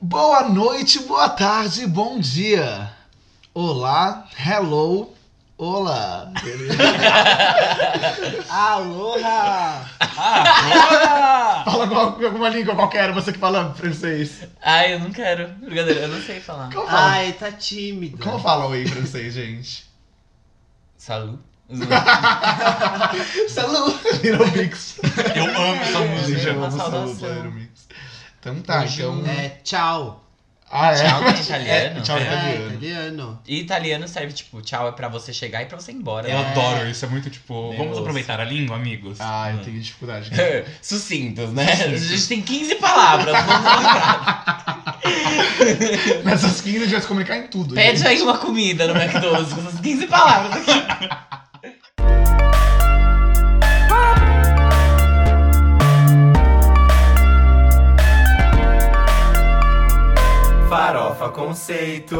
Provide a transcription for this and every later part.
Boa noite, boa tarde, bom dia. Olá, hello, olá. Aloha! Ah, Fala com alguma língua qualquer, você que fala francês. Ai, Ah, eu não quero. Brincadeira, eu não sei falar. Como falam, Ai, tá tímido. como falam aí em francês, gente? Salu. Salut, Little Mix. Eu amo essa Gente, música. eu uma amo salut, saudação. Little Mix. Então tá, Hoje então... um- É, tchau. Ah, é? Tchau em italiano? É, tchau em É. É, italiano. italiano. E italiano serve, tipo, tchau é pra você chegar e pra você ir embora. Eu né? adoro isso, é muito tipo. Meu Vamos Deus. aproveitar a língua, amigos? Ah, é. eu tenho dificuldade. Sucintos, né? A gente tem 15 palavras. vamos lembrar. Nessas 15 a gente vai se comunicar em tudo. Pede gente. aí uma comida no McDonald's com essas 15 palavras aqui. Farofa Conceito.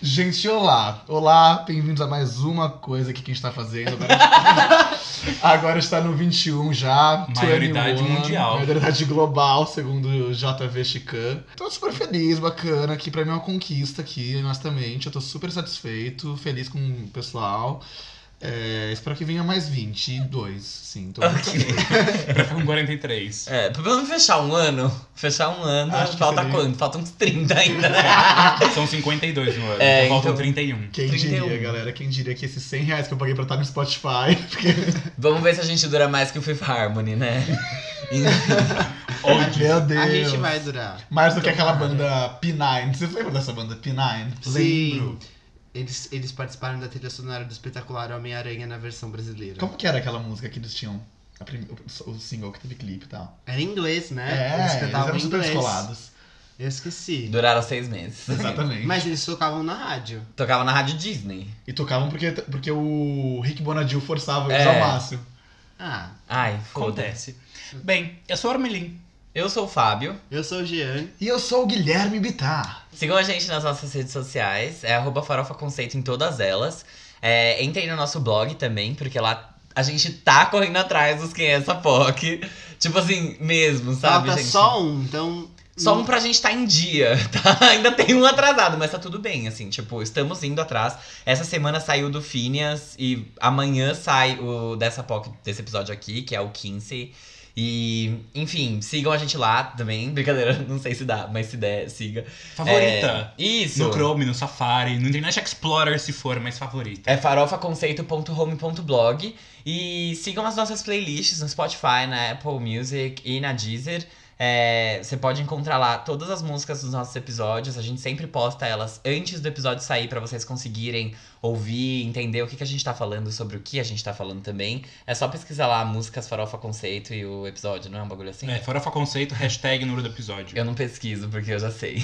Gente, olá. Olá, bem-vindos a mais uma coisa aqui que a gente tá fazendo. Agora, tá- Agora está no 21 já. Maioridade 21, mundial. Maioridade global, segundo o JV Chican. Tô super feliz, bacana, que pra mim é uma conquista aqui, honestamente. Eu tô super satisfeito, feliz com o pessoal. É, espero que venha mais 22, sim. Tô muito feliz. Pra ficar com 43. É, pra não fechar um ano, fechar um ano, Acho que falta seria. quanto? Falta uns 30 ainda, né? São 52 no ano, É, então faltam então- 31. Quem 31. diria, galera? Quem diria que esses 100 reais que eu paguei pra estar no Spotify? Porque... Vamos ver se a gente dura mais que o Fifth Harmony, né? Onde? Meu Deus. A gente vai durar. Mais do que aquela banda P9. Vocês lembram dessa banda P9? Sim. Eles, eles participaram da trilha sonora do espetacular Homem-Aranha na versão brasileira. Como que era aquela música que eles tinham? A prim- o, o single que teve clipe e tal. Era em inglês, né? É, eles cantavam eram em super inglês. descolados. Eu esqueci. Duraram seis meses. Exatamente. Mas eles tocavam na rádio. Tocava na rádio Disney. E tocavam porque, porque o Rick Bonadil forçava eles É. ao máximo. Ah, Ai, foda Acontece. Bem, eu sou o Armelin. Eu sou o Fábio. eu sou o Jean. E eu sou o Guilherme Bittar. Sigam a gente nas nossas redes sociais. É arroba farofa conceito em todas elas. É, entrem no nosso blog também, porque lá a gente tá correndo atrás dos quem é essa POC. Tipo assim, mesmo, sabe? Falta gente? só um, então. Só Hum. não- um pra gente tá em dia, tá? Ainda tem um atrasado, mas tá tudo bem, assim, tipo, estamos indo atrás. Essa semana saiu do Phineas e amanhã sai o dessa POC, desse episódio aqui, que é o 15. E, enfim, sigam a gente lá também. Brincadeira, não sei se dá, mas se der, siga. Favorita. É, isso. No Chrome, no Safari, no Internet Explorer se for, mas favorita. É farofaconceito.home.blog e sigam as nossas playlists no Spotify, na Apple Music e na Deezer. É, você pode encontrar lá todas as músicas dos nossos episódios. A gente sempre posta elas antes do episódio sair pra vocês conseguirem ouvir, entender o que, que a gente tá falando, sobre o que a gente tá falando também. É só pesquisar lá músicas farofa conceito e o episódio, não é um bagulho assim? É, farofa conceito, hashtag número do episódio. Eu não pesquiso porque eu já sei.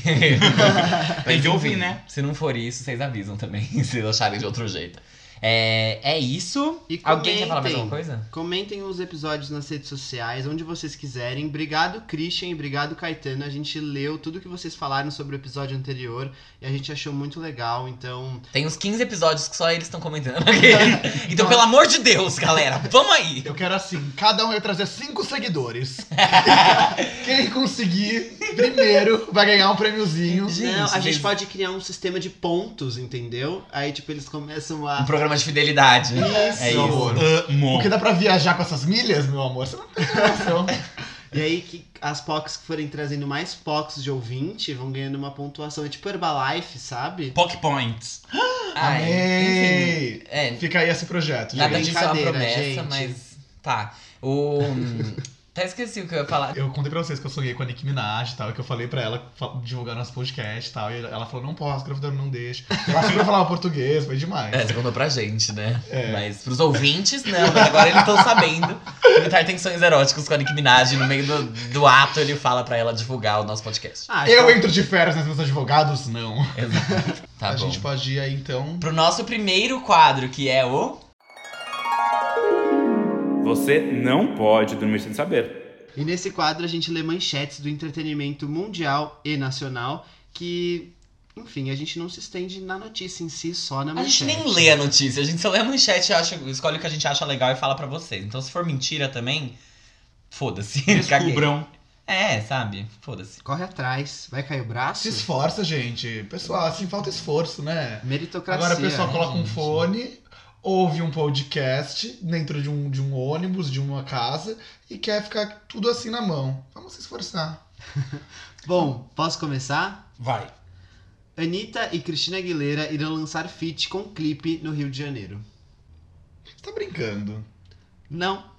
Tem que ouvir, enfim, né? Se não for isso, vocês avisam também, se acharem de outro jeito. É, é isso. E Alguém quer falar mais comentem. alguma coisa? Comentem os episódios nas redes sociais, onde vocês quiserem. Obrigado, Christian, e obrigado, Caetano. A gente leu tudo que vocês falaram sobre o episódio anterior e a gente achou muito legal. Então, Tem uns 15 episódios que só eles estão comentando. então, pelo amor de Deus, galera, vamos aí! Eu quero assim, cada um ia trazer cinco seguidores. Quem conseguir primeiro vai ganhar um prêmiozinho. Gente, não, a gente vocês- pode criar um sistema de pontos, entendeu? Aí, tipo, eles começam a. Um programa de fidelidade. Isso. É Meu isso. amor. Amo. Porque dá pra viajar com essas milhas, meu amor? Você não tem noção. E aí, que as POCs que forem trazendo mais POCs de ouvinte vão ganhando uma pontuação. É tipo Herbalife, sabe? Pock Points. Ai, Ah, é? enfim. Amei! É, Fica aí esse projeto, nada gente. disso é uma Brincadeira, promessa, gente. mas. Tá. O. Até esqueci o que eu ia falar. Eu contei pra vocês que eu sonhei com a Nicki Minaj e tal, que eu falei pra ela fa- divulgar nosso podcast e tal, e ela falou, não posso, gravadora não deixa. Ela super falava português, foi demais. É, você contou pra gente, né? É. Mas pros ouvintes, não. Mas agora eles estão sabendo. O Militar tem sonhos eróticos com a Nicki Minaj. e No meio do, do ato, ele fala pra ela divulgar o nosso podcast. Ah, Eu então- entro de férias nas meus advogados? Não. Exato. Tá a bom. gente pode ir aí, então... Pro nosso primeiro quadro, que é o... Você não pode dormir sem saber. E nesse quadro a gente lê manchetes do entretenimento mundial e nacional que, enfim, a gente não se estende na notícia em si, só na A manchete. gente nem lê a notícia, a gente só lê a manchete, e acha, escolhe o que a gente acha legal e fala pra vocês. Então se for mentira também, foda-se. caguei. Descubram. É, sabe? Foda-se. Corre atrás. Vai cair o Se braço? esforça, gente. Pessoal, assim, falta esforço, né? Meritocracia. Agora a pessoa né, coloca um gente? fone, ouve um podcast dentro de um, de um ônibus, de uma casa, e quer ficar tudo assim na mão. Vamos se esforçar. um- Bom, posso começar? Vai. Anitta e Cristina Aguilera irão lançar feat com clipe no Rio de Janeiro. Você tá brincando. Não.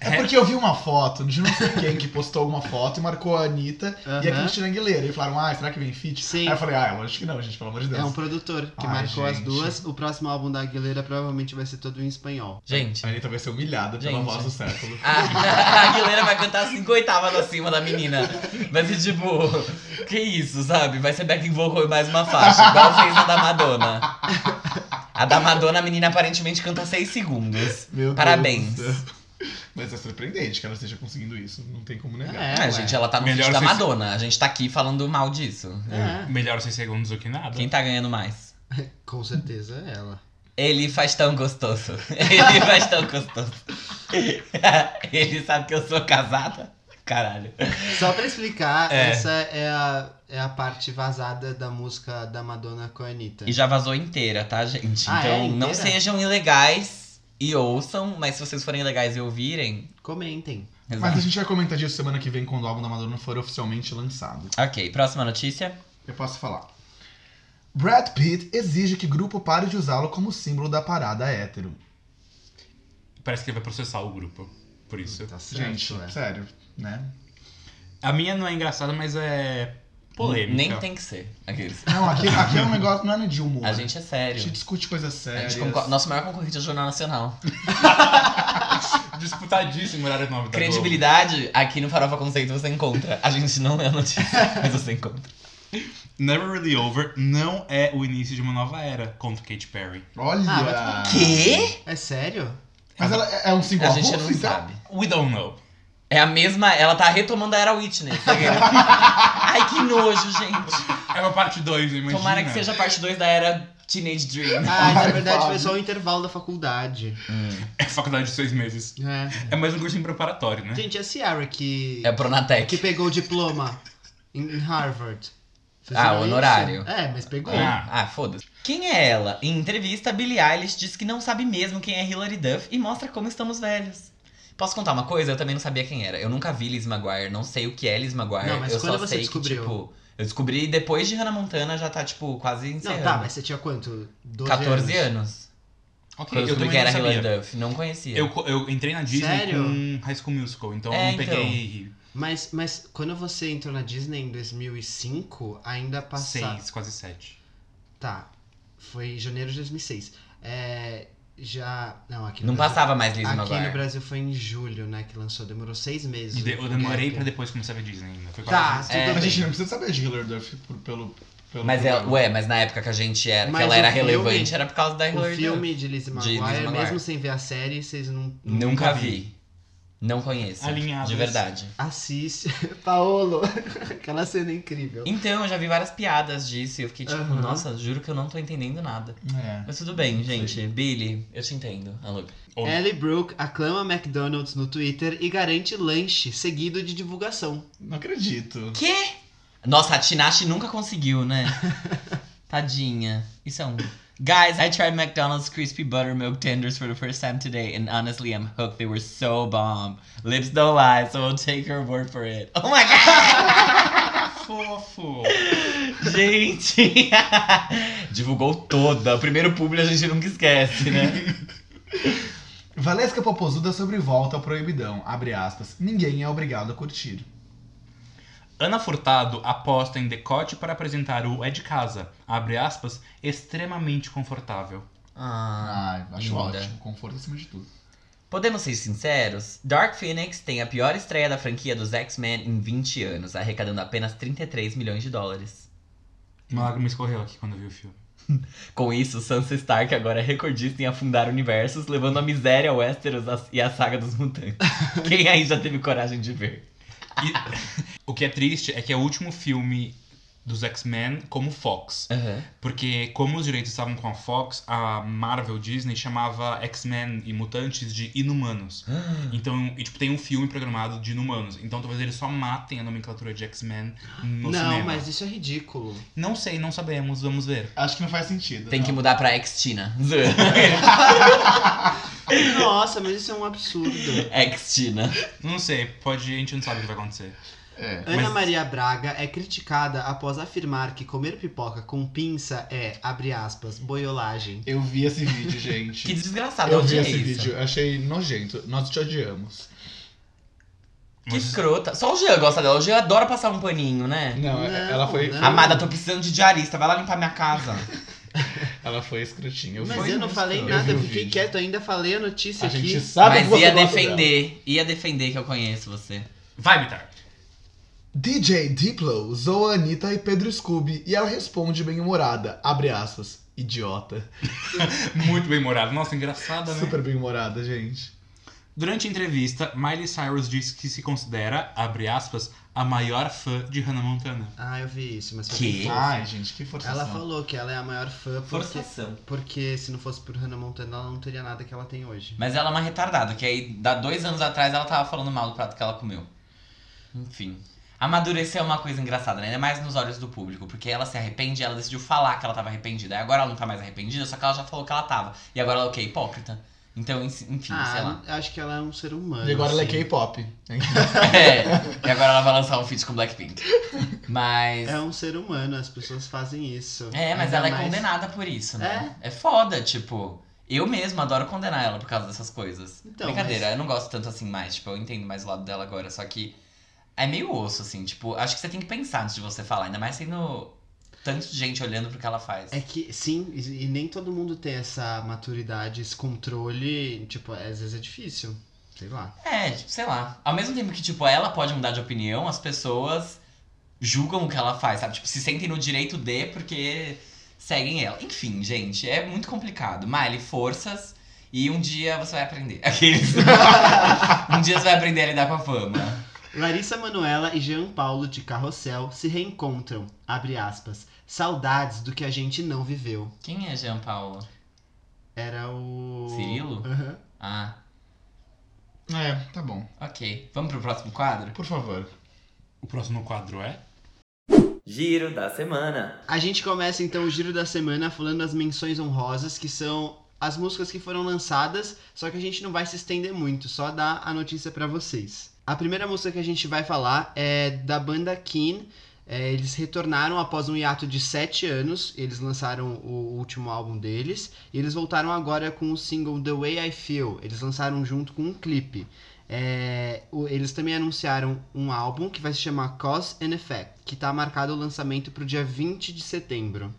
É porque eu vi uma foto de não sei quem que postou uma foto e marcou a Anitta e a Aham. Cristina Aguilera. E falaram, ah, será que vem fit? Sim. Aí eu falei, ah, lógico que não, gente, pelo amor de Deus. É um produtor que Ai, marcou as gente. duas. O próximo álbum da Aguilera provavelmente vai ser todo em espanhol. Gente. A Anitta vai ser humilhada pela Gente. voz do século. Ah, A, a Aguilera vai cantar cinco oitavas acima da menina. Vai ser tipo, que isso, sabe? Vai ser backing vocal e mais uma faixa, igual fez a da Madonna. A da Madonna, a menina aparentemente canta seis segundos. Meu Deus Parabéns. do céu. Mas é surpreendente que ela esteja conseguindo isso, não tem como negar. É, É, ué. gente, ela tá no Melhor vídeo da vocês- Madonna. A gente tá aqui falando mal disso. É, Melhor seis segundos do que nada. Quem tá ganhando mais? com certeza é ela. Ele faz tão gostoso. Ele faz tão gostoso. Ele sabe que eu sou casada? Caralho. Só pra explicar, É. essa é a, é a parte vazada da música da Madonna com a Anitta. E já vazou inteira, tá, gente? Ah, é? então não Inteira? sejam ilegais e ouçam, mas se vocês forem ilegais e ouvirem. Comentem. Mas a exato. gente vai comentar disso semana que vem quando o álbum da Madonna for oficialmente lançado. Ok, próxima notícia. Eu posso falar. Brad Pitt exige que grupo pare de usá-lo como símbolo da parada hétero. Parece que ele vai processar o grupo. Por isso. Tá certo, Gente, ué. sério, né? A minha não é engraçada, mas é polêmica. Nem tem que ser. Aqueles. Não, aqui, aqui é um negócio, não é de humor. A gente é A gente sério. discute coisas A sérias. gente concor- Nosso maior concorrente é o Jornal Nacional. Disputadíssimo horário nome da Credibilidade, aqui no Farofa Conceito você encontra. A gente não lê a notícia, mas você encontra. Globo. Never Really Over não é o início de uma nova era, contra Katy Perry. Olha! Ah, Quê? É sério? Mas ela é é um single A gente avulso, não então? sabe. We don't know. É a mesma. Ela tá retomando a era Witness. Ai, que nojo, gente. É uma parte 2, imagina. Tomara que seja a parte 2 da era Teenage Dream. Ah, na Ai, verdade Fábio. foi só o intervalo da faculdade. É faculdade de seis meses. É. É mais um cursinho preparatório, né? Gente, é a Ciara que, É Pronatec. que pegou o diploma em em Harvard. Ah, isso? honorário. É, mas pegou. Ah, ah, foda-se. Quem é ela? Em entrevista, Billie Eilish diz que não sabe mesmo quem é Hilary Duff e mostra como estamos velhos. Posso contar uma coisa? Eu também não sabia quem era. Eu nunca vi Liz Maguire, não sei o que é Liz Maguire. Não, mas eu quando só você sei descobriu? que, tipo, eu descobri depois de Hannah Montana, já tá, tipo, quase encerrando. Não, tá, mas você tinha quanto? 12 14 anos. Quando Ok, eu descobri também que era não Hilary sabia. Duff. Não conhecia. Eu, co- eu entrei na Disney Sério? com High School Musical, então É, eu não peguei Mas, mas quando você entrou na Disney em 2005, ainda passava. seis, quase sete. Tá. Foi em janeiro de 2006. É, já. Não, aqui no Não Brasil. passava mais Liz Aqui no Maguire. Brasil foi em julho, né? Que lançou. Demorou seis meses. E de- o eu demorei gap. pra depois começar a ver Disney ainda. Foi Tá, quase- tudo É. A gente não bem. precisa saber de Hillary Duff por- pelo, pelo. Mas ela, programa. ué, mas na época que a gente era, Mas que ela o era filme- relevante, era por causa é da Hilary O filme de Lizzie De Lizzie Maguire, Maguire. mesmo sem ver a série, vocês não. Duff. Nunca vi. Não conheço. Alinhadas. De verdade. Assiste. Paolo. Aquela cena incrível. Então, eu já vi várias piadas disso e eu fiquei tipo, Aham. nossa, juro que eu não tô entendendo nada. É. Mas tudo bem, gente. Billy, eu te entendo. Alô. Ou- Ellie Brooke aclama McDonald's no Twitter e garante lanche seguido de divulgação. Não acredito. Quê? Nossa, a Tinashe nunca conseguiu, né? Tadinha. Isso é um. Guys, I tried McDonald's crispy buttermilk tenders for the first time today, and honestly, I'm hooked. They were so bomb. Lips don't lie, so I'll take your word for it. Oh my god! Fofo! gente! Divulgou toda. O primeiro público a gente nunca esquece, né? Valesca Popozuda sobre volta ao proibidão. Abre aspas. Ninguém é obrigado a curtir. Ana Furtado aposta em decote para apresentar o É de Casa, abre aspas, extremamente confortável. Ah. Ai, acho linda. ótimo. Conforto acima de tudo. Podemos ser sinceros? Dark Phoenix tem a pior estreia da franquia dos X-Men em 20 anos, arrecadando apenas 33 milhões de dólares. Uma lágrima escorreu aqui quando eu vi o filme. Com isso, Sansa Stark agora é recordista em afundar universos, levando a miséria ao Westeros a- e à saga dos mutantes. Quem aí já teve coragem de ver? E- o que é triste é que é o último filme dos X-Men como Fox. Aham. Porque como os direitos estavam com a Fox, a Marvel Disney chamava X-Men e Mutantes de Inumanos. Então, e, tipo, tem um filme programado de Inumanos. Então talvez eles só matem a nomenclatura de X-Men no não, cinema. mas isso é ridículo. Não sei, não sabemos, vamos ver. Acho que não faz sentido. Tem que mudar pra ex-Tina. Nossa, mas isso é um absurdo. ex-Tina. Não sei, pode, a gente não sabe o que vai acontecer. É. Ana Mas- Maria Braga é criticada após afirmar que comer pipoca com pinça é, abre aspas, boiolagem. Eu vi esse vídeo, gente. Que desgraçado, eu vi odiei esse isso. vídeo, achei nojento. Nós te odiamos. Que Mas- escrota. Só o Jean gosta dela. O Jean adora passar um paninho, né? Não, Não, ela foi. não. Amada, tô precisando de diarista. Vai lá limpar minha casa. Ela foi escrotinha. Eu Mas vi. eu não falei Eu nada, vi eu o fiquei vídeo. quieto, ainda falei a notícia A aqui. gente sabe que Mas você ia gosta dela. defender. Ia defender que eu conheço você. Vai, Bitar. DJ Diplo zoa Anitta e Pedro Scooby e ela responde bem-humorada, abre aspas, idiota. Muito bem morado. Nossa, engraçada, né? Super bem-humorada, gente. Durante a entrevista, Miley Cyrus disse que se considera, abre aspas, a maior fã de Hannah Montana. Ah, eu vi isso, mas foi Que? bem fofo. Ai, gente, que ah, é forçação. Ela falou que ela é a maior fã porque, Forçação. porque se não fosse por Hannah Montana, ela não teria nada que ela tem hoje. Mas ela é uma retardada, que aí, dá dois anos atrás, ela tava falando mal do prato que ela comeu. Enfim. Amadurecer é uma coisa engraçada, né? Ainda mais nos olhos do público. Porque ela se arrepende, ela decidiu falar que ela tava arrependida. Aí agora ela não tá mais arrependida, só que ela já falou que ela tava. E agora ela é o quê? Hipócrita. Então, en- enfim, sei lá. Ah, acho que ela é um ser humano. E agora ela é assim. K-pop. hein? É, e agora ela vai lançar um feat com Blackpink. Mas. É um ser humano, as pessoas fazem isso. É, mas Ainda ela é mais- condenada por isso, né? É? foda, tipo. Eu mesmo adoro condenar ela por causa dessas coisas. Então, Brincadeira, mas- eu não gosto tanto assim mais. Tipo, eu entendo mais o lado dela agora. Só que é meio osso, assim. Tipo, acho que você tem que pensar antes de você falar. Ainda mais sendo tanto de gente olhando pro que ela faz. É que, sim, e e nem todo mundo tem essa maturidade, esse controle. Tipo, às vezes é difícil. Sei lá. É, tipo, sei lá. Ao mesmo tempo que, tipo, ela pode mudar de opinião, as pessoas julgam o que ela faz, sabe? Tipo, se sentem no direito de porque seguem ela. Enfim, gente, é muito complicado. Miley, forças e um dia você vai aprender. Aqueles. um dia você vai aprender a lidar com a fama. Larissa Manoela e Jean Paulo de Carrossel se reencontram, abre aspas, saudades do que a gente não viveu. Quem é Jean Paulo? Era o. Cirilo? Aham. Ah, É, tá bom. ok. Vamos pro próximo quadro? Por favor. O próximo quadro é. Giro da semana. A gente começa então o giro da semana falando das menções honrosas, que são as músicas que foram lançadas, só que a gente não vai se estender muito, só dar a notícia pra vocês. A primeira música que a gente vai falar é da banda Keen. É, eles retornaram após um hiato de 7 anos, eles lançaram o último álbum deles, e eles voltaram agora com o single The Way I Feel. Eles lançaram junto com um clipe. É, o- eles também anunciaram um álbum que vai se chamar Cause and Effect, que está marcado o lançamento para o dia 20 de setembro.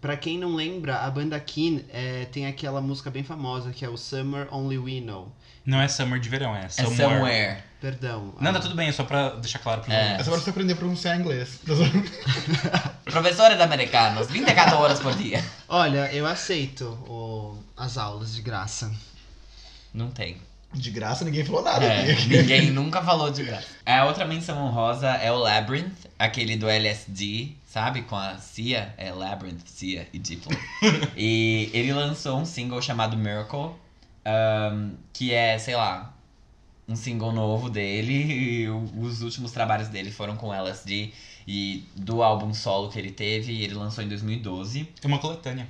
Pra quem não lembra, a banda Keen é, tem aquela música bem famosa que é o Summer Only We Know. Não é Summer de verão, é É Somewhere. Somewhere. Perdão. Não, a- tá tudo bem, é só pra deixar claro pro É. Essa hora você aprender a pronunciar inglês. Professora de americanos, 24 horas por dia. Olha, eu aceito o- as aulas de graça. Não tem. De graça, ninguém falou nada É, aqui. ninguém nunca falou de graça. A outra menção honrosa é o Labyrinth, aquele do LSD, sabe? Com a Cia. É Labyrinth, Cia e Diplo. e ele lançou um single chamado Miracle, ahn, que é, sei lá, um single novo dele. E o- os últimos trabalhos dele foram com LSD. E do álbum solo que ele teve, ele lançou em 2012. É uma coletânea.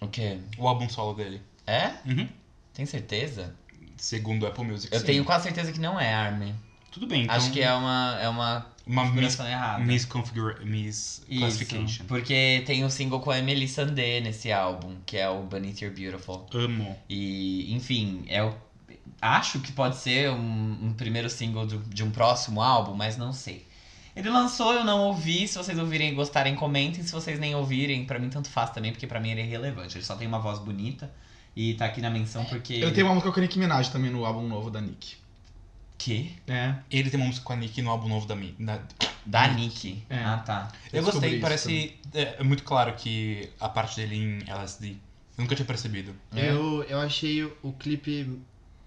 O quê? O álbum solo dele. É? Uhum. Tem certeza? Segundo o Apple Music. Eu sim. tenho quase certeza que não é Armin. Tudo bem, então. Acho que é uma, é uma Uma mis- configuração errada. misconfigura... misclassification. Isso, porque tem o single com a Emily Sandé nesse álbum, que é o Beneath Your Beautiful. Amo. E, enfim, é o, acho que pode ser um, um primeiro single do- de um próximo álbum, mas não sei. Ele lançou, eu não ouvi. Se vocês ouvirem e gostarem, comentem. Se vocês nem ouvirem, pra mim tanto faz também, porque pra mim ele é irrelevante. Ele só tem uma voz bonita e tá aqui na menção porque. Eu tenho uma música com a Nicki Minaj também no álbum novo da Nick. Que? É. Ele tem uma música com a Nick no álbum novo da Mi. da- Da Nick. É. Ah, tá. Eu, Eu descobri gostei, isso parece. É, é muito claro que a parte dele em LSD. Eu nunca tinha percebido. É. Eu, eu achei o, o clipe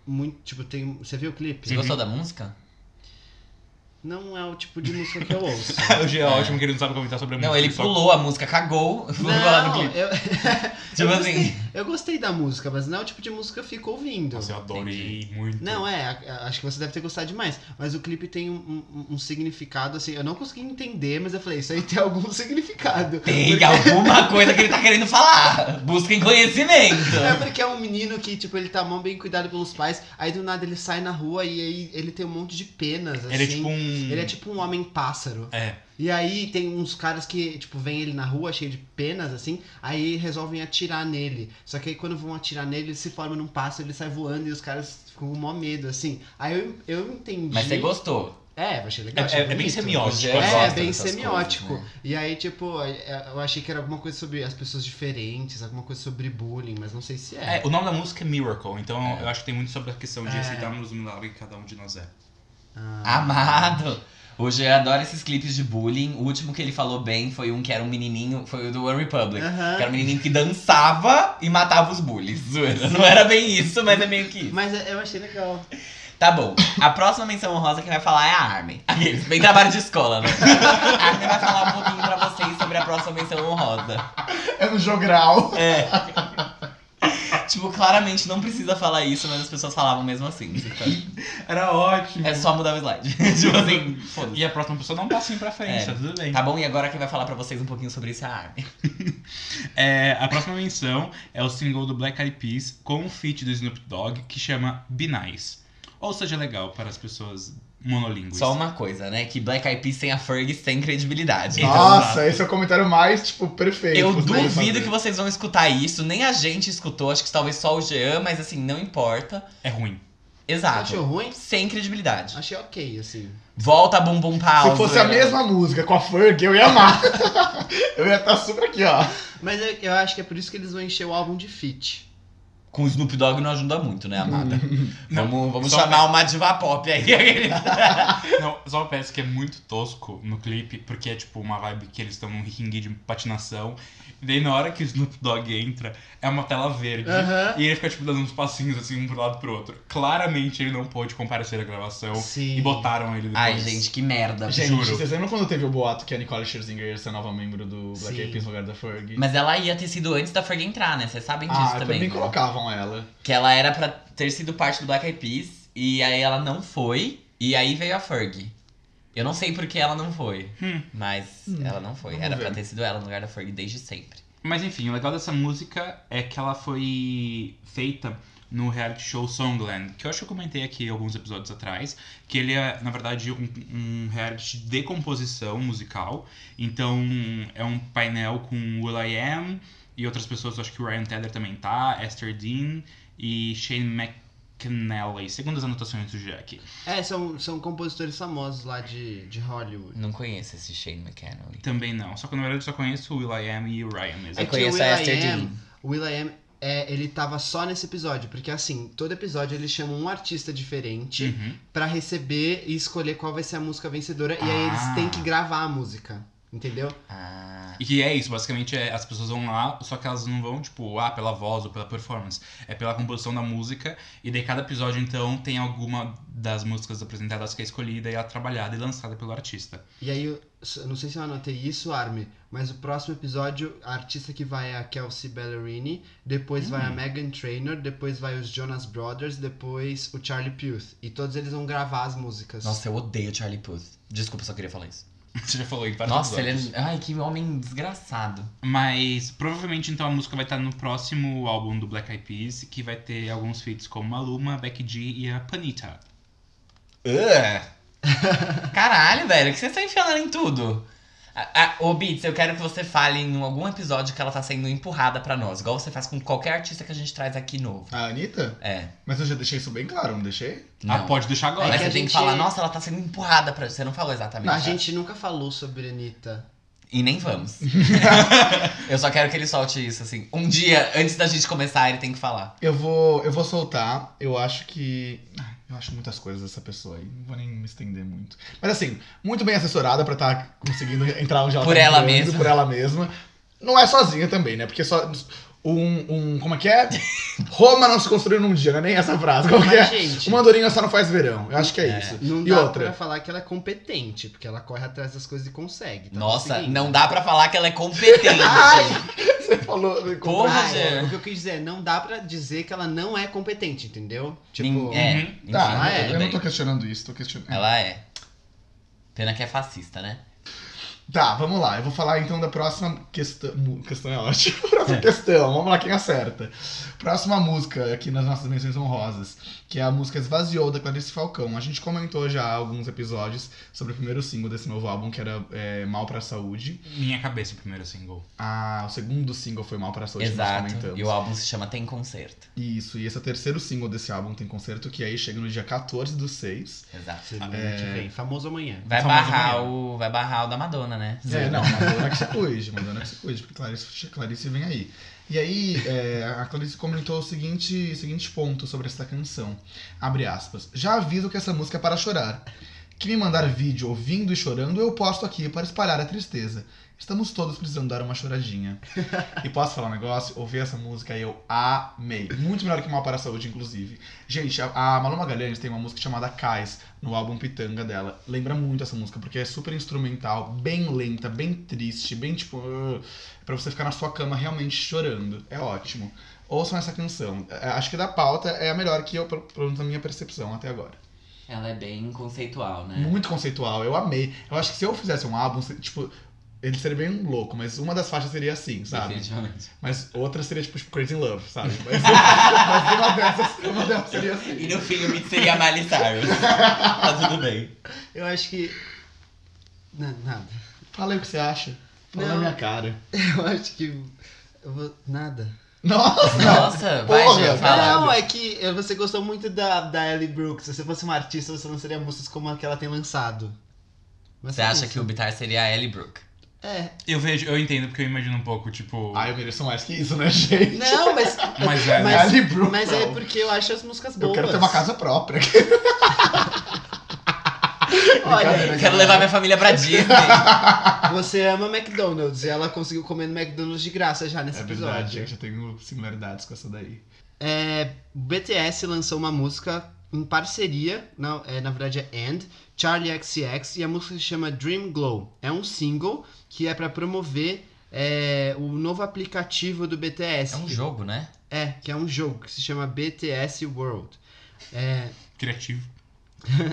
muito. Tipo, tem. Você viu o clipe? Você gostou da música? Não é o tipo de música que eu ouço. O G é ótimo que ele não sabe comentar sobre a música. Não, ele só- pulou a música, cagou. Vou falar do Não, clipe. eu, Tipo eu assim. gostei- eu gostei da música, mas não é o tipo de música que eu fico ouvindo. Nossa, assim, eu adorei muito. Não, é, a- a- acho que você deve ter gostado demais. Mas o clipe tem um, um- um significado, assim, eu não consegui entender, mas eu falei, isso aí tem algum significado. Tem Porque- alguma coisa que ele tá querendo falar. Busquem conhecimento. É porque é um menino que, tipo, ele tá mão bem cuidado pelos pais, aí do nada ele sai na rua e aí ele tem um monte de penas, assim. Ele é tipo um. Ele é tipo um homem pássaro. É. E aí tem uns caras que, tipo, vem ele na rua cheio de penas, assim, aí resolvem atirar nele. Só que aí quando vão atirar nele, ele se forma num pássaro, ele sai voando e os caras ficam com mó medo, assim. Aí eu, eu entendi. Mas você gostou. É, eu achei legal. É, achei é- é bem bonito. semiótico. Hoje eu É, gosto. né? gosta bem dessas semiótico. coisas, né? E aí, tipo, é- eu achei que era alguma coisa sobre as pessoas diferentes, alguma coisa sobre bullying, mas não sei se é. É, o nome da música é Miracle, então eu acho que tem muito sobre a questão de É. aceitarmos o milagre que cada um de nós é. Ah, Amado. Hoje eu adoro esses clipes de bullying. O último que ele falou bem foi um que era um menininho, foi o do One Republic. aham. Que era um menininho que dançava e matava os bullies. Zoeira. Não era bem isso, mas é meio que isso. Mas eu achei legal. Tá bom. A próxima menção honrosa que vai falar é a Armin. Aqueles, bem trabalho de escola, né? A Armin vai falar um pouquinho pra vocês sobre a próxima menção honrosa. É no jogral. É. Tipo, claramente não precisa falar isso, mas as pessoas falavam mesmo assim. Era ótimo. É só mudar o slide. tipo assim, foda-se. E a próxima pessoa dá um passinho pra frente, É. tá tudo bem. Tá bom? E agora quem vai falar pra vocês um pouquinho sobre isso é a Armin. É, a próxima menção é o single do Black Eyed Peas com o feat do Snoop Dogg que chama Be Nice. Ou seja, é legal para as pessoas monolíngues. Só uma coisa, né? Que Black Eyed Peas sem a Ferg tem credibilidade. Nossa, esse é o comentário mais, tipo, perfeito. Então, Eu que você pode duvido fazer. que vocês vão escutar isso. Nem a gente escutou, acho que talvez só o Jean, mas assim, não importa. É ruim. Você achou Exato. ruim? Sem credibilidade. Achei ok, assim. Volta bumbum pau. Se fosse a mesma música com a Ferg, eu ia amar. eu ia estar super aqui, ó. Mas eu, eu acho que é por isso que eles vão encher o álbum de feat. Com o Snoop Dogg não ajuda muito, né, amada? Uhum. vamos vamos só- chamar uma diva pop aí. Não, só parece que é muito tosco no clipe, porque é tipo uma vibe que eles estão num ringue de patinação. E daí na hora que o Snoop Dogg entra, é uma tela verde. Aham. E ele fica, tipo, dando uns passinhos assim, um pro lado pro outro. Claramente ele não pôde comparecer à gravação. Sim. E botaram ele depois. Ai, gente, que merda. Gente, Juro. vocês lembram quando teve o boato que a Nicole Scherzinger ia ser a nova membro do Black Sim. Eyed Peas no lugar da Ferg? Mas ela ia ter sido antes da Ferg entrar, né? Vocês sabem disso ah, também. também né? colocavam ela. Que ela era pra ter sido parte do Black Eyed Peas, e aí ela não foi, e aí veio a Ferg. Eu não sei por que ela não foi, Hum. mas Hum, ela não foi. vamos Era ver. pra ter sido ela no lugar da Ferg desde sempre. Mas enfim, o legal dessa música é que ela foi feita no reality show Songland, que eu acho que eu comentei aqui alguns episódios atrás, que ele é, na verdade, um, um reality de composição musical. Então, é um painel com Will I Am e outras pessoas, acho que o Ryan Tedder também tá, Esther Dean e Shane McNally, segundo as anotações do Jack. É, são, são compositores famosos lá de, de Hollywood. Não conheço esse Shane McCanally. Também não, só que na verdade eu só conheço o Will I Am e o Ryan mesmo. É Eu que conheço o a Will.i.am Esther Dean. O Will.i.am, é, ele tava só nesse episódio. Porque, assim, todo episódio eles chamam um artista diferente Uhum. pra receber e escolher qual vai ser a música vencedora. E aí Ah. eles têm que gravar a música. Entendeu? Ah. E que é isso, basicamente é, as pessoas vão lá, só que elas não vão, tipo, ah, pela voz ou pela performance. É pela composição da música. E daí cada episódio, então, tem alguma das músicas apresentadas que é escolhida e ela trabalhada e lançada pelo artista. E aí, eu eu não sei se eu anotei isso, Armin, mas o próximo episódio, a artista que vai é a Kelsey Ballerini, depois vai a Megan Trainor, depois vai os Jonas Brothers, depois o Charlie Puth. E todos eles vão gravar as músicas. Nossa, eu odeio Charlie Puth. Desculpa, só queria falar isso. Você já falou em vários Nossa, ele episódios. é. Ai, que homem desgraçado. Mas provavelmente então a música vai estar no próximo álbum do Black Eyed Peas, que vai ter alguns feats como Maluma, Becky G e a Panita. Caralho, velho, o que vocês estão enfiando em tudo? Ah, ah, Ô, Beats, eu quero que você fale em algum episódio que ela tá sendo empurrada pra nós, igual você faz com qualquer artista que a gente traz aqui novo. A Anitta? É. Mas eu já deixei isso bem claro, não deixei? Ah, pode deixar agora. Mas É que você a tem que gente- falar, nossa, ela tá sendo empurrada pra. Você não falou exatamente. A gente nunca falou sobre a Anitta. E nem vamos. eu só quero que ele solte isso, assim. Um dia, antes da gente começar, ele tem que falar. Eu vou, eu vou soltar. Eu acho que. Ah, Eu acho muitas coisas dessa pessoa aí. Não vou nem me estender muito. Mas assim, muito bem assessorada pra estar conseguindo entrar onde ela Por tá ela entrando, mesma. Por ela mesma. Não é sozinha também, né? Porque só. Um, um. Como é que é? Roma não se construiu num dia, não é nem essa frase. Como que é? Mas, gente, Uma andorinha só não faz verão. Eu acho que é, É. isso. não e dá outra? pra falar que ela é competente, porque ela corre atrás das coisas e consegue. tá Nossa, conseguindo. não dá pra falar que ela é competente. Você falou. Porra, Ah, gente. é, O que eu quis dizer, é, não dá pra dizer que ela não é competente, entendeu? Tipo, Nin- é, uhum. enfim, Tá, Ah, é, eu tudo não tô bem. questionando isso, tô questionando. Ela é. Pena que é fascista, né? Tá, vamos lá. Eu vou falar então da próxima questão. mu- Questão é ótima. Próxima questão. Vamos lá, quem acerta. Próxima música aqui nas nossas menções honrosas, que é a música Esvaziou da Clarice Falcão. A gente comentou já alguns episódios sobre o primeiro single desse novo álbum, que era é, Mal pra Saúde. Minha cabeça, o primeiro single. Ah, o segundo single foi Mal pra Saúde, nós Exato. comentamos. E o álbum se chama Tem Concerto. Isso, e esse é o terceiro single desse álbum, tem concerto, que aí chega no dia 14 do 6. Exato. Ah, semana que vem, famoso amanhã. Vai Famosa barrar, mulher. o, vai barrar o da Madonna, né? É, não, Madonna que se cuide, Madonna que se cuide, porque Clarice, Clarice vem aí. E aí, é, a Clarice comentou o seguinte, seguinte ponto sobre esta canção. Abre aspas. Já aviso que essa música é para chorar. Que me mandar vídeo ouvindo e chorando, eu posto aqui para espalhar a tristeza. Estamos todos precisando dar uma choradinha. E posso falar um negócio? Ouvi essa música e eu amei. Muito melhor que Mal para a Saúde, inclusive. Gente, a, a Malu Magalhães tem uma música chamada Cais, no álbum Pitanga dela. Lembra muito essa música, porque é super instrumental, bem lenta, bem triste, bem tipo. "Ugh", pra você ficar na sua cama realmente chorando. É ótimo. Ouçam essa canção. É, Acho que da pauta é a melhor que eu, pelo pelo menos na minha percepção até agora. Ela é bem conceitual, né? Muito conceitual, eu amei. Eu acho que se eu fizesse um álbum, se- tipo, ele seria bem louco, mas uma das faixas seria assim, sabe? Definitivamente. Mas outra seria tipo Crazy in Love, sabe? Mas, mas uma, dessas, uma delas seria assim. E no filme seria a Miley Cyrus. tá tudo bem. Eu acho que. Não, nada. Fala aí o que você acha. Fala Não. na minha cara. Eu acho que. eu vou- Nada. Nossa! Nossa, vai, Porra, Gê, fala. Não, é que você gostou muito da, da Ellie Brooks. Se você fosse uma artista, você lançaria músicas como a que ela tem lançado. Mas Você é acha isso. que o Bitar seria a Ellie Brooke? É. Eu vejo, eu entendo, porque eu imagino um pouco, tipo. Ah, eu mereço mais que isso, né, gente? Não, mas. Mas é, mas- Ali Brooks, Mas é não. porque eu acho as músicas Eu boas. quero ter uma casa própria. Olha, Eu quero levar minha família pra Disney. você ama McDonald's e ela conseguiu comer no McDonald's de graça já nesse É episódio. verdade, gente, eu tenho similaridades com essa daí. É, o BTS lançou uma música em parceria, na, é, na verdade é And, Charlie XCX, e a música se chama Dream Glow. É um single que é pra promover é, o novo aplicativo do BTS. É um que- jogo, né? É, que é um jogo, que se chama BTS World. É, Criativo.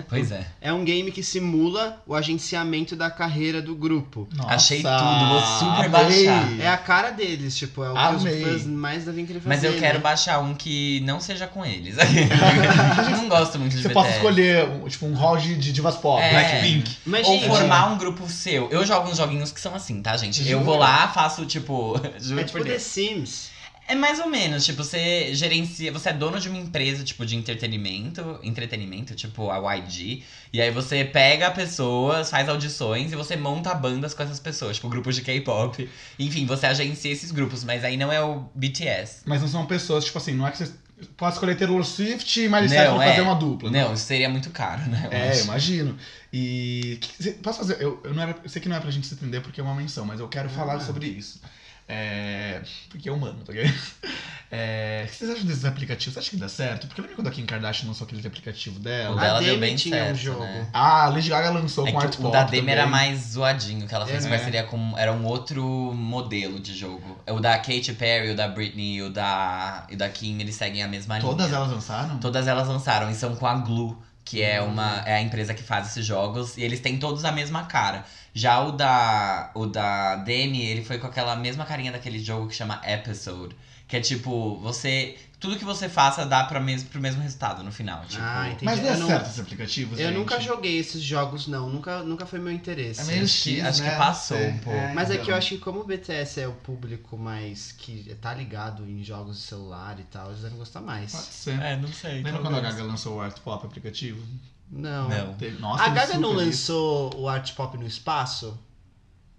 Pois é. é um game que simula o agenciamento da carreira do grupo. Nossa, Achei tudo, vou super amei. baixar. É a cara deles, tipo, é o que Amei. os fãs mais devem querer fazer. Mas eu quero né? baixar um que não seja com eles. Eu não gosto muito de Você BTS. possa escolher, um- tipo, um hall de de divas pop. né? É. Blackpink. Ou Imagina, formar um grupo seu. Eu jogo uns joguinhos que são assim, tá, gente? Eu Jura? vou lá, faço tipo. Juro é por tipo The Deus. Sims. É mais ou menos, tipo, você gerencia. Você é dono de uma empresa, tipo, de entretenimento. Entretenimento, tipo a YG. E aí você pega pessoas, faz audições e você monta bandas com essas pessoas, tipo, grupos de K-pop. Enfim, você agencia esses grupos, mas aí não é o BTS. Mas não são pessoas, tipo assim, não é que você pode escolher Taylor Swift e Miley Não, Cyrus pra é. fazer uma dupla. né? Não, isso seria muito caro, né? eu Uhum. É, acho. imagino. E que- cê- posso fazer? Eu, eu não era, eu sei que não é pra gente se entender porque é uma menção, mas eu quero Ah. falar sobre isso. É, porque é humano, tá ligado? É, o que vocês acham desses aplicativos? Você acha que dá certo? Porque lembra quando a Kim Kardashian lançou aquele aplicativo O dela? dela a deu Demi bem tinha certo, um jogo. né? Ah, a Lady Gaga lançou É com Art que o Pop da Demi também. era mais zoadinho, que ela fez É, né? parceria com. Era um outro modelo de jogo. O da Katy Perry, o da Britney, o da, e o da Kim, eles seguem a mesma Todas linha. elas lançaram? Todas elas lançaram e são com a Glue, que é uma é a empresa que faz esses jogos, e eles têm todos a mesma cara. Já o da o da Demi, ele foi com aquela mesma carinha daquele jogo que chama Episode, que é tipo, você tudo que você faça dá para mesmo pro mesmo resultado no final, tipo. Ah, entendi. Mas dá Eu não- certo esses aplicativos, Eu gente? nunca joguei esses jogos, não. Nunca, nunca foi meu interesse. É meio Acho que- X, acho que né? Não passou sei. um pouco. Mas é que eu então. acho que como o BTS é o público mais que tá ligado em jogos de celular e tal, eles devem gostar Pode mais. ser. É, não sei. Lembra quando a talvez. Tá. Gaga lançou o Art Pop aplicativo? Não. Não, Teve- Nossa, a ele Gaga não super- lançou o Art Pop no espaço?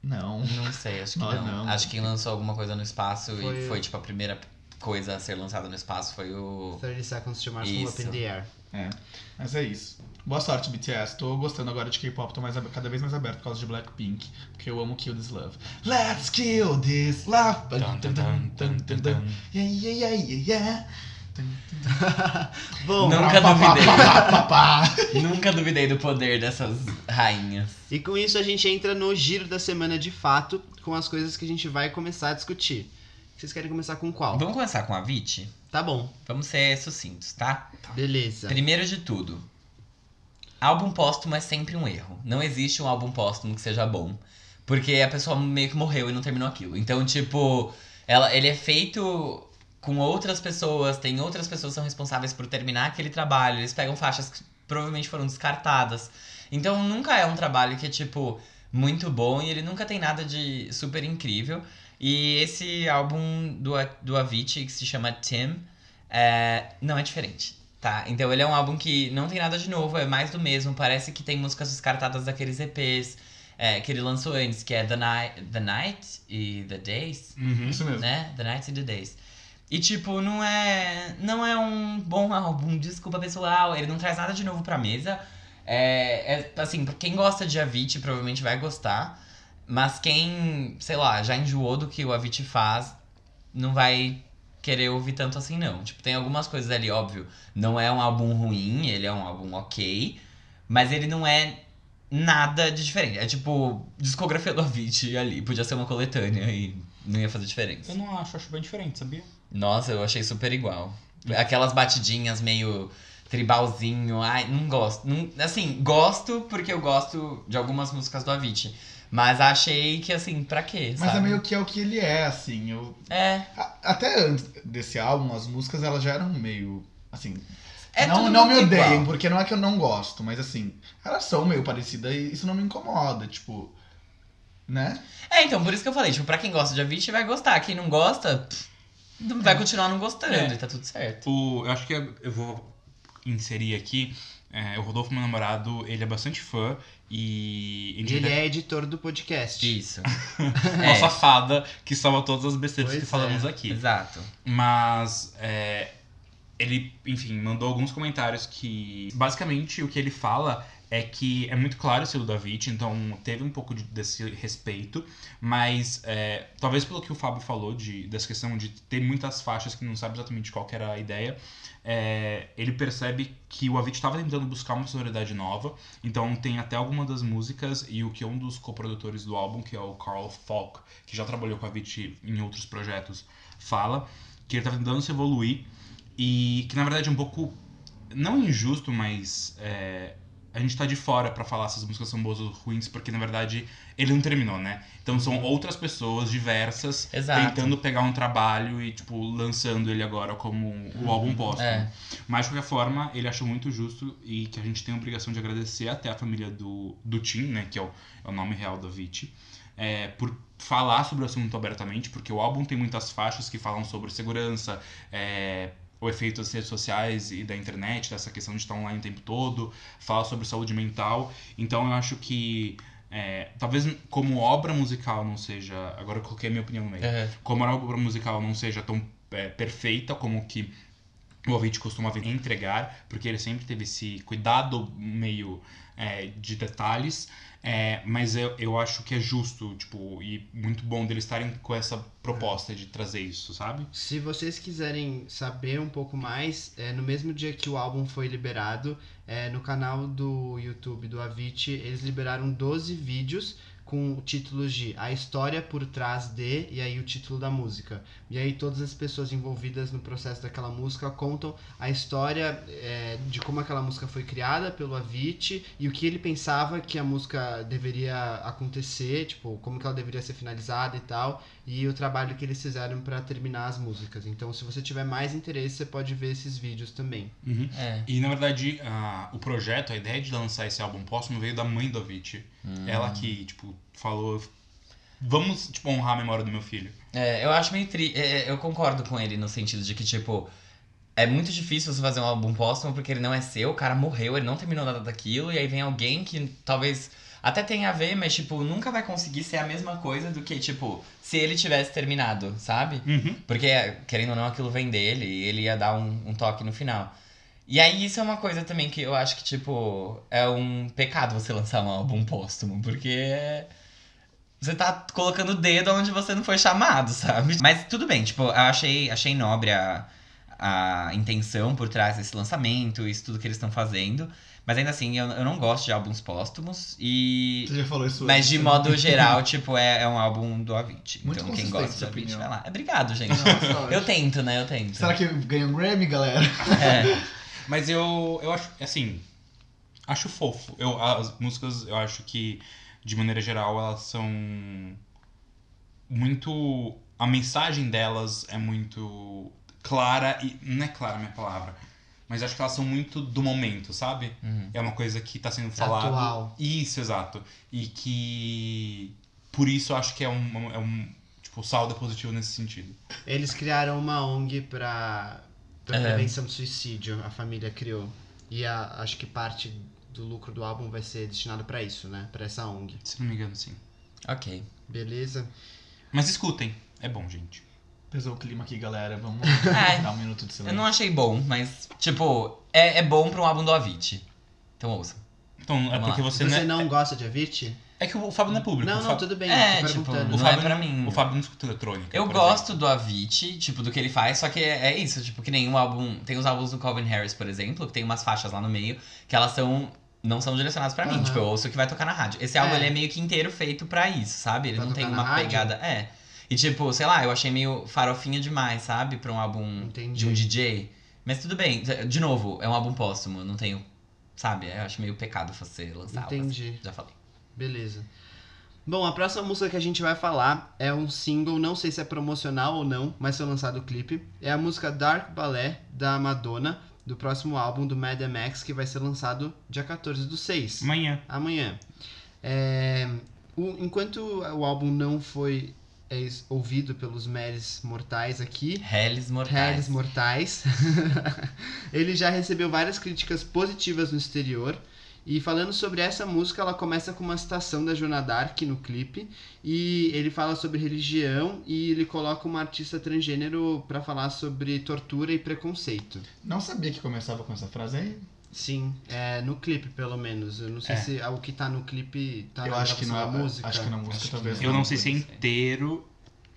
Não. Não sei, acho que Nós não. não. Acho que lançou alguma coisa no espaço Foi- e foi, tipo, a primeira coisa a ser lançada no espaço foi o. 30 Seconds to Mars com Isso. Up in the Air. Mas é isso. Boa sorte, BTS. Tô gostando agora de K-pop, tô mais, ab- cada vez mais aberto por causa de Blackpink, porque eu amo Kill This Love. Let's kill this love! Tan, tan, tan, tan, tan, tan. Yeah, yeah, yeah, yeah, yeah. Bom, Pá, Nunca pá, duvidei. pá, pá, pá, pá. Nunca duvidei do poder dessas rainhas. e com isso a gente entra no giro da semana de fato, com as coisas que a gente vai começar a discutir. Vocês querem começar com qual? Vamos começar com a Vit? Tá bom, Vamos ser sucintos, tá? beleza. Primeiro de tudo, álbum póstumo é sempre um erro. Não existe um álbum póstumo que seja bom. Porque a pessoa meio que morreu e não terminou aquilo. Então, tipo, ela, ele é feito com outras pessoas, tem outras pessoas que são responsáveis por terminar aquele trabalho. Eles pegam faixas que provavelmente foram descartadas. Então, nunca é um trabalho que é, tipo, muito bom e ele nunca tem nada de super incrível. E esse álbum do, A- do Avicii, que se chama Tim, é, não é diferente. Tá, então ele é um álbum que não tem nada de novo, é mais do mesmo. Parece que tem músicas descartadas daqueles EPs é, que ele lançou antes, que é The Night, The Night e The Days, Uhum. Isso mesmo. né? The Night and The Days. E tipo, não é, não é um bom álbum, desculpa pessoal, ele não traz nada de novo pra mesa. É, é, assim, pra quem gosta de Avicii provavelmente vai gostar, mas quem, sei lá, já enjoou do que o Avicii faz, não vai querer ouvir tanto assim não. Tipo, tem algumas coisas ali, óbvio, não é um álbum ruim, ele é um álbum ok, mas ele não é nada de diferente. É tipo, discografia do Avicii ali, podia ser uma coletânea e não ia fazer diferença. Eu não acho, acho bem diferente, sabia? Nossa, eu achei super igual. Aquelas batidinhas meio tribalzinho, ai, não gosto. Não- assim, gosto porque eu gosto de algumas músicas do Avicii. Mas achei que, assim, pra quê? Mas sabe? é meio que é o que ele é, assim. Eu... É. a- Até antes desse álbum, as músicas elas já eram meio. Assim, é não, tudo não me muito odeiem, igual. porque não é que eu não gosto, mas assim, elas são meio parecidas e isso não me incomoda, tipo. Né? É, então, por isso que eu falei, tipo, pra quem gosta de Avicii vai gostar. Quem não gosta, pff, não vai continuar não gostando É. e tá tudo certo. O, Tipo, eu acho que é, eu vou inserir aqui. é, o Rodolfo, meu namorado, ele é bastante fã e. E Ele é editor do podcast. Isso. Nossa fada que salva todas as besteiras Pois que falamos é, aqui. Exato. Mas é, ele, enfim, mandou alguns comentários que basicamente o que ele fala é que é muito claro o estilo da Vit, então teve um pouco de- desse respeito, mas é, talvez pelo que o Fábio falou de, dessa questão de ter muitas faixas que não sabe exatamente qual que era a ideia, é, ele percebe que o Avit estava tentando buscar uma sonoridade nova, então tem até alguma das músicas e o que é um dos coprodutores do álbum, que é o Carl Falk, que já trabalhou com a Avicii em outros projetos, fala que ele tá tentando se evoluir e que na verdade é um pouco não injusto, mas é, a gente tá de fora pra falar se as músicas são boas ou ruins, porque na verdade ele não terminou, né? Então são outras pessoas diversas Exato. tentando pegar um trabalho e tipo lançando ele agora como o álbum né? póstumo. É. Mas de qualquer forma, ele achou muito justo e que a gente tem a obrigação de agradecer até a família do, do Tim, né, que é o, é o nome real do Avicii, é, por falar sobre o assunto abertamente, porque o álbum tem muitas faixas que falam sobre segurança, é, o efeito das redes sociais e da internet, dessa questão de estar online o tempo todo, fala sobre saúde mental. Então eu acho que é, talvez como obra musical não seja. Agora eu coloquei a minha opinião no meio Uhum. como a obra musical não seja tão é, perfeita como que o ouvinte costumava entregar, porque ele sempre teve esse cuidado meio é, de detalhes, é, mas eu, eu acho que é justo, tipo, e muito bom deles estarem com essa proposta de trazer isso, sabe? Se vocês quiserem saber um pouco mais, é, no mesmo dia que o álbum foi liberado, é, no canal do YouTube do Avicii, eles liberaram 12 vídeos com títulos de A História por Trás de e aí o título da música. E aí todas as pessoas envolvidas no processo daquela música contam a história é, de como aquela música foi criada pelo Avicii e o que ele pensava que a música deveria acontecer, tipo, como que ela deveria ser finalizada e tal e o trabalho que eles fizeram pra terminar as músicas. Então, se você tiver mais interesse, você pode ver esses vídeos também. É. E na verdade, a- o projeto, a ideia de lançar esse álbum póstumo veio da mãe do Avicii. Ela que, tipo, falou. Vamos, tipo, honrar a memória do meu filho. É, eu acho meio tri... é, Eu concordo com ele no sentido de que, tipo, é muito difícil você fazer um álbum póstumo porque ele não é seu, o cara morreu, ele não terminou nada daquilo, e aí vem alguém que talvez até tenha a ver, mas, tipo, nunca vai conseguir ser a mesma coisa do que, tipo, se ele tivesse terminado, sabe? Uhum. Porque, querendo ou não, aquilo vem dele e ele ia dar um, um toque no final. E aí, isso é uma coisa também que eu acho que, tipo, é um pecado você lançar um álbum póstumo, porque você tá colocando o dedo onde você não foi chamado, sabe? Mas tudo bem, tipo, eu achei, achei nobre a, a intenção por trás desse lançamento, isso tudo que eles estão fazendo. Mas ainda assim, eu, eu não gosto de álbuns póstumos e. Você já falou isso Mas antes, de né? modo geral, tipo, é, é um álbum do Avicii. Muito então, consistente quem gosta do essa Avicii vai opinião. lá. Obrigado, gente. Nossa, Eu tento, né? Eu tento. Será que ganha um Grammy, galera? É. Mas eu, eu acho, assim, acho fofo. Eu, as músicas, eu acho que, de maneira geral, elas são muito... A mensagem delas é muito clara e... Não é clara a minha palavra, mas acho que elas são muito do momento, sabe? Uhum. É uma coisa que tá sendo falada. Atual. Isso, exato. E que... Por isso eu acho que é um... É um tipo, saldo é positivo nesse sentido. Eles criaram uma ONG pra, pra É. prevenção do suicídio, a família criou. E a- acho que parte do lucro do álbum vai ser destinado pra isso, né? Pra essa ONG. Se não me engano, sim. Ok. Beleza? Mas escutem. É bom, gente. Pesou o clima aqui, galera. Vamos É. Ai. dar um minuto de Eu silêncio. não achei bom, mas, tipo, é, é bom pra um álbum do Avicii. Então ouça. Então, é Vamos lá. porque Você, você, não é- não gosta de Avicii? É que o Fábio não é público. Não, o não, Fábio, tudo bem. É, eu tô tipo, perguntando. o não Fábio é pra mim. O Fábio não escuta eletrônica. Eu por gosto do Avicii, tipo, do que ele faz, só que é é isso, tipo, que nem um álbum. Tem os álbuns do Calvin Harris, por exemplo, que tem umas faixas lá no meio que elas são. Não são direcionadas pra mim, Aham. tipo, eu ouço o que vai tocar na rádio. Esse álbum É. ele é meio que inteiro feito pra isso, sabe? Ele Pra não tem tocar na uma rádio? pegada. É. E tipo, sei lá, eu achei meio farofinha demais, sabe? Pra um álbum Entendi. de um DJ. Mas tudo bem, de novo, é um álbum póstumo, eu não tenho. Sabe? Eu acho meio pecado você lançar álbum assim. Entendi. Já falei. Beleza. Bom, a próxima música que a gente vai falar é um single, não sei se é promocional ou não, mas foi lançado o clipe. É a música Dark Ballet, da Madonna, do próximo álbum do Mad Max, que vai ser lançado dia 14 do 6 Amanhã. amanhã. É, o- enquanto o álbum não foi é, es- ouvido pelos meres mortais aqui, Hellis Mortais. réis mortais, ele já recebeu várias críticas positivas no exterior. E falando sobre essa música, ela começa com uma citação da Joana Dark no clipe, e ele fala sobre religião e ele coloca uma artista transgênero pra falar sobre tortura e preconceito. Não sabia que começava com essa frase aí. Sim, é no clipe pelo menos. Eu não sei É. se ah, o que tá no clipe tá eu na acho que não é, gravação da música. Acho que na Acho música que talvez. não. Eu não sei se é né? Eu inteiro,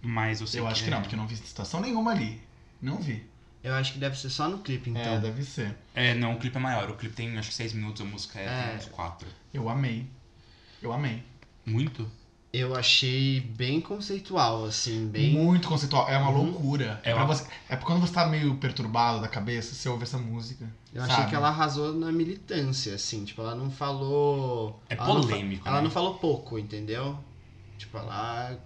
mas eu sei é. acho que não, porque eu não vi citação nenhuma ali. Não vi. Eu acho que deve ser só no clipe, então. É, deve ser. É, não, o clipe é maior. O clipe tem acho que 6 minutos, a música é, É. Tem uns 4. Eu amei. Eu amei. Muito? Eu achei bem conceitual, assim, bem. Muito conceitual. É uma Uhum. loucura. É É, uma- pra você... é quando você tá meio perturbado da cabeça, você ouve essa música. Eu achei sabe? que ela arrasou na militância, assim. Tipo, ela não falou. É ela não fa- polêmico, Ela né? não falou pouco, entendeu? Tipo, ela.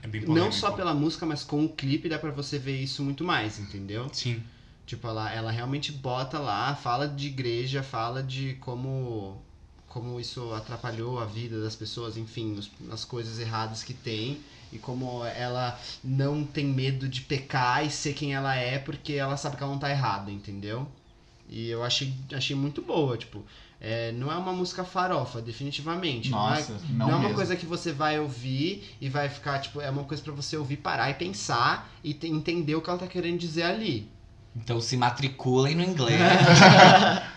É bem polêmico. Não só pela música, mas com o clipe dá pra você ver isso muito mais, entendeu? Sim. Tipo, ela, ela realmente bota lá, fala de igreja, fala de como como isso atrapalhou a vida das pessoas, enfim, os- as coisas erradas que tem e como ela não tem medo de pecar e ser quem ela é porque ela sabe que ela não tá errada, entendeu? E eu achei, achei muito boa, tipo, é, não é uma música farofa, definitivamente. não é- Nossa, não, não, é uma mesmo. coisa que você vai ouvir e vai ficar, tipo, é uma coisa pra você ouvir, parar e pensar e te- entender o que ela tá querendo dizer ali. Então se matriculem no inglês. Ou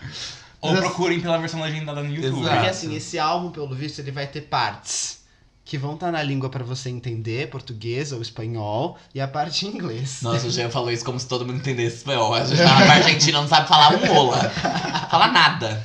Mas eu- procurem pela versão legendada no YouTube. Porque Ah, Exato. tá. assim, esse álbum, pelo visto, ele vai ter partes que vão estar na língua pra você entender, português ou espanhol, e a parte em inglês. Nossa, o Jean falou isso como se todo mundo entendesse espanhol. A gente fala pra Argentina não sabe falar um ola. Fala nada.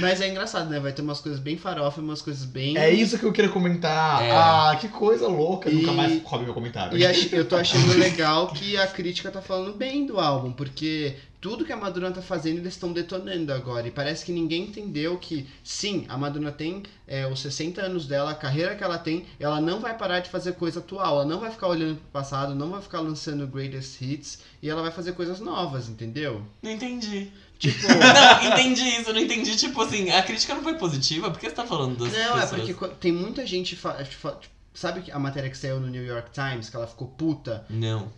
Mas é engraçado, né? Vai ter umas coisas bem farofa e umas coisas bem. É isso que eu queria comentar. É. Ah, que coisa louca. E- Nunca mais cobre meu comentário. E ach- eu tô achando legal que a crítica tá falando bem do álbum, porque tudo que a Madonna tá fazendo eles estão detonando agora. E parece que ninguém entendeu que, sim, a Madonna tem é, os 60 anos dela, a carreira que ela tem, ela não vai parar de fazer coisa atual, ela não vai ficar olhando pro passado, não vai ficar lançando greatest hits, e ela vai fazer coisas novas, entendeu? Não entendi. Tipo. Não, entendi isso, não entendi. Tipo assim, a crítica não foi positiva, por que você tá falando das Não, é pessoas? porque co- tem muita gente. fa- tipo, fa- Sabe a matéria que saiu no New York Times, que ela ficou puta? Não.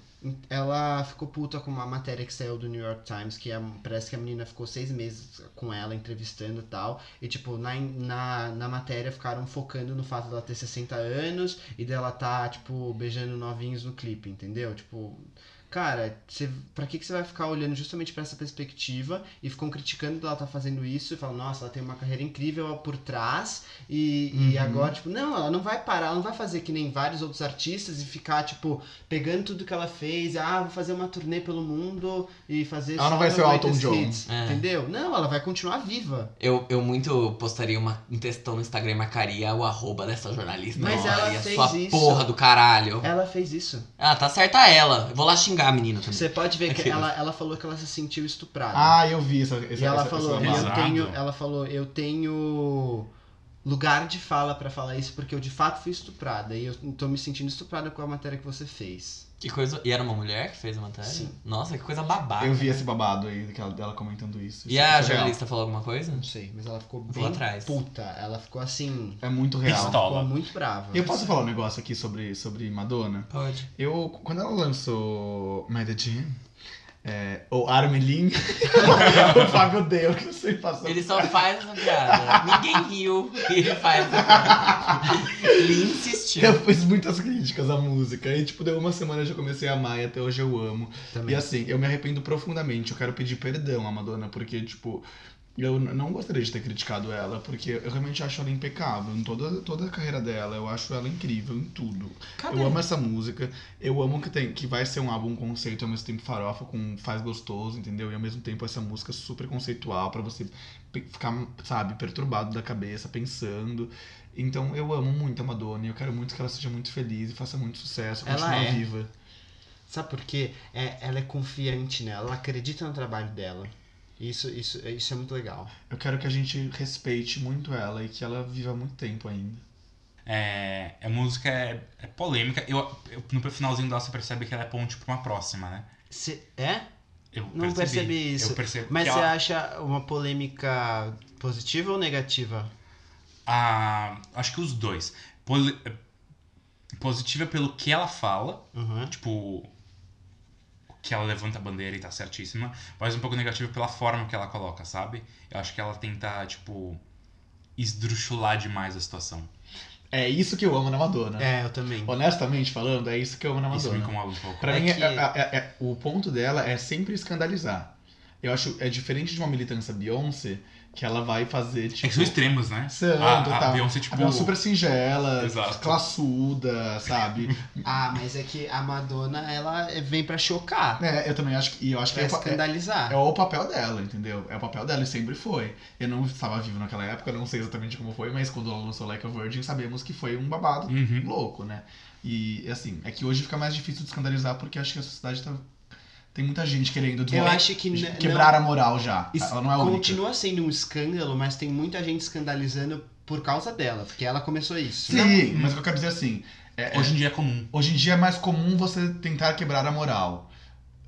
Ela ficou puta com uma matéria que saiu do New York Times, que a- parece que a menina ficou seis meses com ela entrevistando e tal. E, tipo, na, na, na matéria ficaram focando no fato dela ter 60 anos e dela tá, tipo, beijando novinhos no clipe, entendeu? Tipo, cara, você, pra que, que você vai ficar olhando justamente pra essa perspectiva e ficam criticando que ela tá fazendo isso e falam, nossa, ela tem uma carreira incrível por trás e, e Uhum. agora, tipo, não, ela não vai parar, ela não vai fazer que nem vários outros artistas e ficar, tipo, pegando tudo que ela fez, ah, vou fazer uma turnê pelo mundo e fazer. Ela só não vai ser o Elton greatest John. hits", É. Entendeu? Não, ela vai continuar viva. Eu, eu muito postaria uma, um textão no Instagram e marcaria o arroba dessa jornalista. Mas Não, ela Maria, fez sua isso. porra do caralho. Ela fez isso. Ah, tá certa ela. Eu vou lá xingar a menina também. Você pode ver que Aquilo. ela, ela falou que ela se sentiu estuprada. Ah, eu vi essa. é e ela falou, essa eu palavra. tenho, ela falou, eu tenho lugar de fala pra falar isso porque eu de fato fui estuprada e eu tô me sentindo estuprada com a matéria que você fez. Que coisa. E era uma mulher que fez a matéria? Sim. Nossa, que coisa babaca. Eu vi esse babado aí daquela- dela comentando isso. E Isso a é real. jornalista falou alguma coisa? Não sei, mas ela ficou Vou bem atrás. puta, ela ficou assim, É muito real. Pistola. ficou muito brava. Eu posso falar um negócio aqui sobre, sobre Madonna? Pode. Eu, quando ela lançou Medellín, é, ou Armelin, o Fábio odeia que eu sei passar. Ele só faz essa piada. Ninguém riu e ele faz essa piada. Ele insistiu. Eu fiz muitas críticas à música. E, tipo, deu uma semana eu já comecei a amar e até hoje eu amo. E também. assim, eu me arrependo profundamente. Eu quero pedir perdão à Madonna, porque, tipo, eu n- não gostaria de ter criticado ela, porque eu realmente acho ela impecável em toda, toda a carreira dela. Eu acho ela incrível em tudo. Tá Eu amo essa música. Eu amo que tem que vai ser um álbum conceito ao mesmo tempo farofa com faz gostoso, entendeu? E ao mesmo tempo essa música super conceitual pra você pe- ficar, sabe, perturbado da cabeça, pensando. Então eu amo muito a Madonna e eu quero muito que ela seja muito feliz e faça muito sucesso, Ela continue é. viva. Sabe por quê? É, ela é confiante nela, ela acredita no trabalho dela. Isso, isso, isso é muito legal. Eu quero que a gente respeite muito ela e que ela viva muito tempo ainda. É, a música é, é polêmica. Eu, eu- no finalzinho dela você percebe que ela é ponte pra uma próxima, né? Cê, é? Eu Não percebi isso. Eu percebo Mas é que você ela- acha uma polêmica positiva ou negativa? a- acho que os dois. Poli- Positiva pelo que ela fala, Uhum. tipo que ela levanta a bandeira e tá certíssima, mas um pouco negativa pela forma que ela coloca, sabe? Eu acho que ela tenta, tipo, esdrúxular demais a situação. É isso que eu amo na Madonna. É, eu também. Honestamente falando, é isso que eu amo na Madonna. Isso me incomoda um pouco. Pra É mim, que- é- é- é- é- o ponto dela é sempre escandalizar. Eu acho é diferente de uma militância Beyoncé, que ela vai fazer, É tipo... que são extremos, né? São, a, a total. Beyoncé, tipo, Ela é super singela, Exato. classuda, sabe? Ah, mas é que a Madonna, ela vem pra chocar, É, eu também acho que... E eu acho que é, pra o pa- é- escandalizar. é o papel dela, entendeu? É o papel dela e sempre foi. Eu não estava vivo naquela época, eu não sei exatamente como foi, mas quando ela lançou Like a Virgin, sabemos que foi um babado Uhum. louco, né? E, assim, é que hoje fica mais difícil de escandalizar porque acho que a sociedade tá... Tem muita gente querendo Eu desmontar- acho que n- Quebrar a moral já. não, Ela não é a única. continua sendo um escândalo, mas tem muita gente escandalizando por causa dela, porque ela começou isso. né? Sim, mas o que eu quero dizer assim, é- Hoje em dia é comum. hoje em dia é mais comum você tentar quebrar a moral.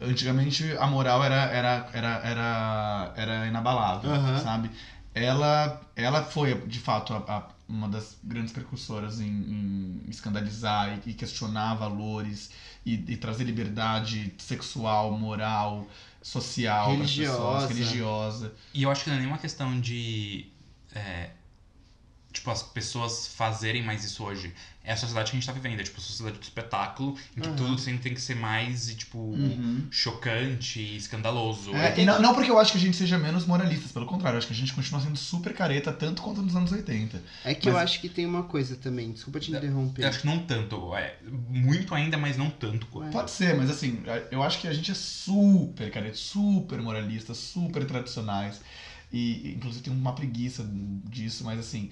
Antigamente a moral era, era, era, era, era inabalável, Aham. sabe? Ela, ela foi, de fato, a- a- uma das grandes precursoras em, em escandalizar e, e questionar valores e, e trazer liberdade sexual, moral, social para pessoas, Religiosa. religiosa. E eu acho que não é nenhuma questão de. é, tipo, as pessoas fazerem mais isso hoje. É a sociedade que a gente tá vivendo, é tipo a sociedade do espetáculo, em que Uhum. tudo sempre tem que ser mais, e, tipo, chocante e escandaloso. Uhum. É, e não, não porque eu acho que a gente seja menos moralistas, pelo contrário, eu acho que a gente continua sendo super careta tanto quanto nos anos 80. É que eu acho que tem uma coisa também, desculpa te Eu interromper. acho que não tanto. É, muito ainda, mas não tanto. quanto. Pode ser, mas assim, eu acho que a gente é super careta, super moralista, super tradicionais. E inclusive tem uma preguiça disso, mas assim,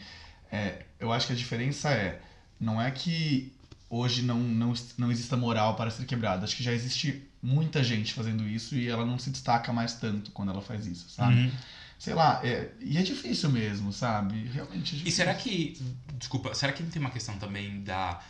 é, eu acho que a diferença é, não é que hoje não, não, não exista moral para ser quebrada. Acho que já existe muita gente fazendo isso e ela não se destaca mais tanto quando ela faz isso, sabe? Uhum. Sei lá, é, e é difícil mesmo, sabe? Realmente é difícil. E será que. Desculpa, será que não tem uma questão também da.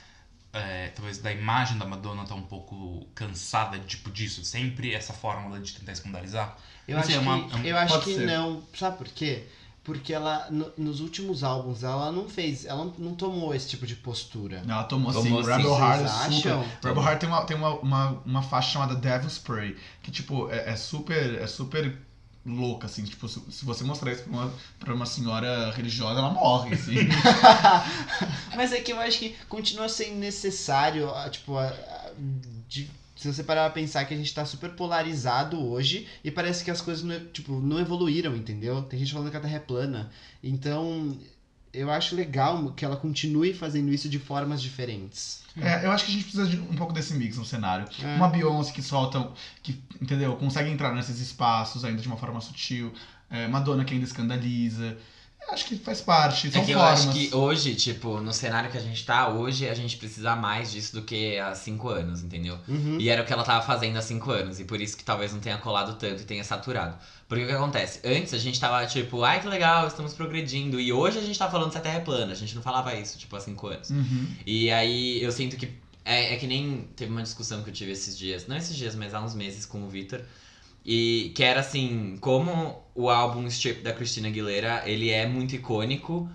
é, talvez da imagem da Madonna tá um pouco cansada tipo, disso? Sempre essa fórmula de tentar escandalizar? Eu Não acho sei, é uma- é que, um- eu acho pode que ser. não. Sabe por quê? Porque ela, no- nos últimos álbuns, ela não fez, ela não tomou esse tipo de postura. Ela tomou, Tomou, assim, sim. Rebel Vocês Heart é acham? super Rebel Heart tem, uma, tem uma, uma, uma faixa chamada Devil's Prey, que, tipo, é, é super é super louca, assim. Tipo, se, se você mostrar isso pra uma, pra uma senhora religiosa, ela morre, assim. é Mas é que eu acho que continua sendo necessário, ah, tipo, a- a- de Se você parar pra pensar que a gente tá super polarizado hoje e parece que as coisas não, tipo, não evoluíram, entendeu? Tem gente falando que a Terra é plana. Então, eu acho legal que ela continue fazendo isso de formas diferentes. É, eu acho que a gente precisa de um pouco desse mix no cenário. É. Uma Beyoncé que solta, que, entendeu? Consegue entrar nesses espaços ainda de uma forma sutil. É, Madonna que ainda escandaliza. Eu acho que faz parte, É são que eu formas. acho que hoje, tipo, no cenário que a gente tá hoje, a gente precisa mais disso do que há cinco anos, entendeu? Uhum. E era o que ela tava fazendo há cinco anos, e por isso que talvez não tenha colado tanto e tenha saturado. Porque o que acontece? Antes a gente tava tipo, ai que legal, estamos progredindo, e hoje a gente tá falando se a Terra é plana, a gente não falava isso, tipo, há cinco anos. Uhum. E aí eu sinto que. É, é que nem teve uma discussão que eu tive esses dias, não esses dias, mas há uns meses com o Victor. E que era assim, como o álbum Strip da Christina Aguilera, ele é muito icônico.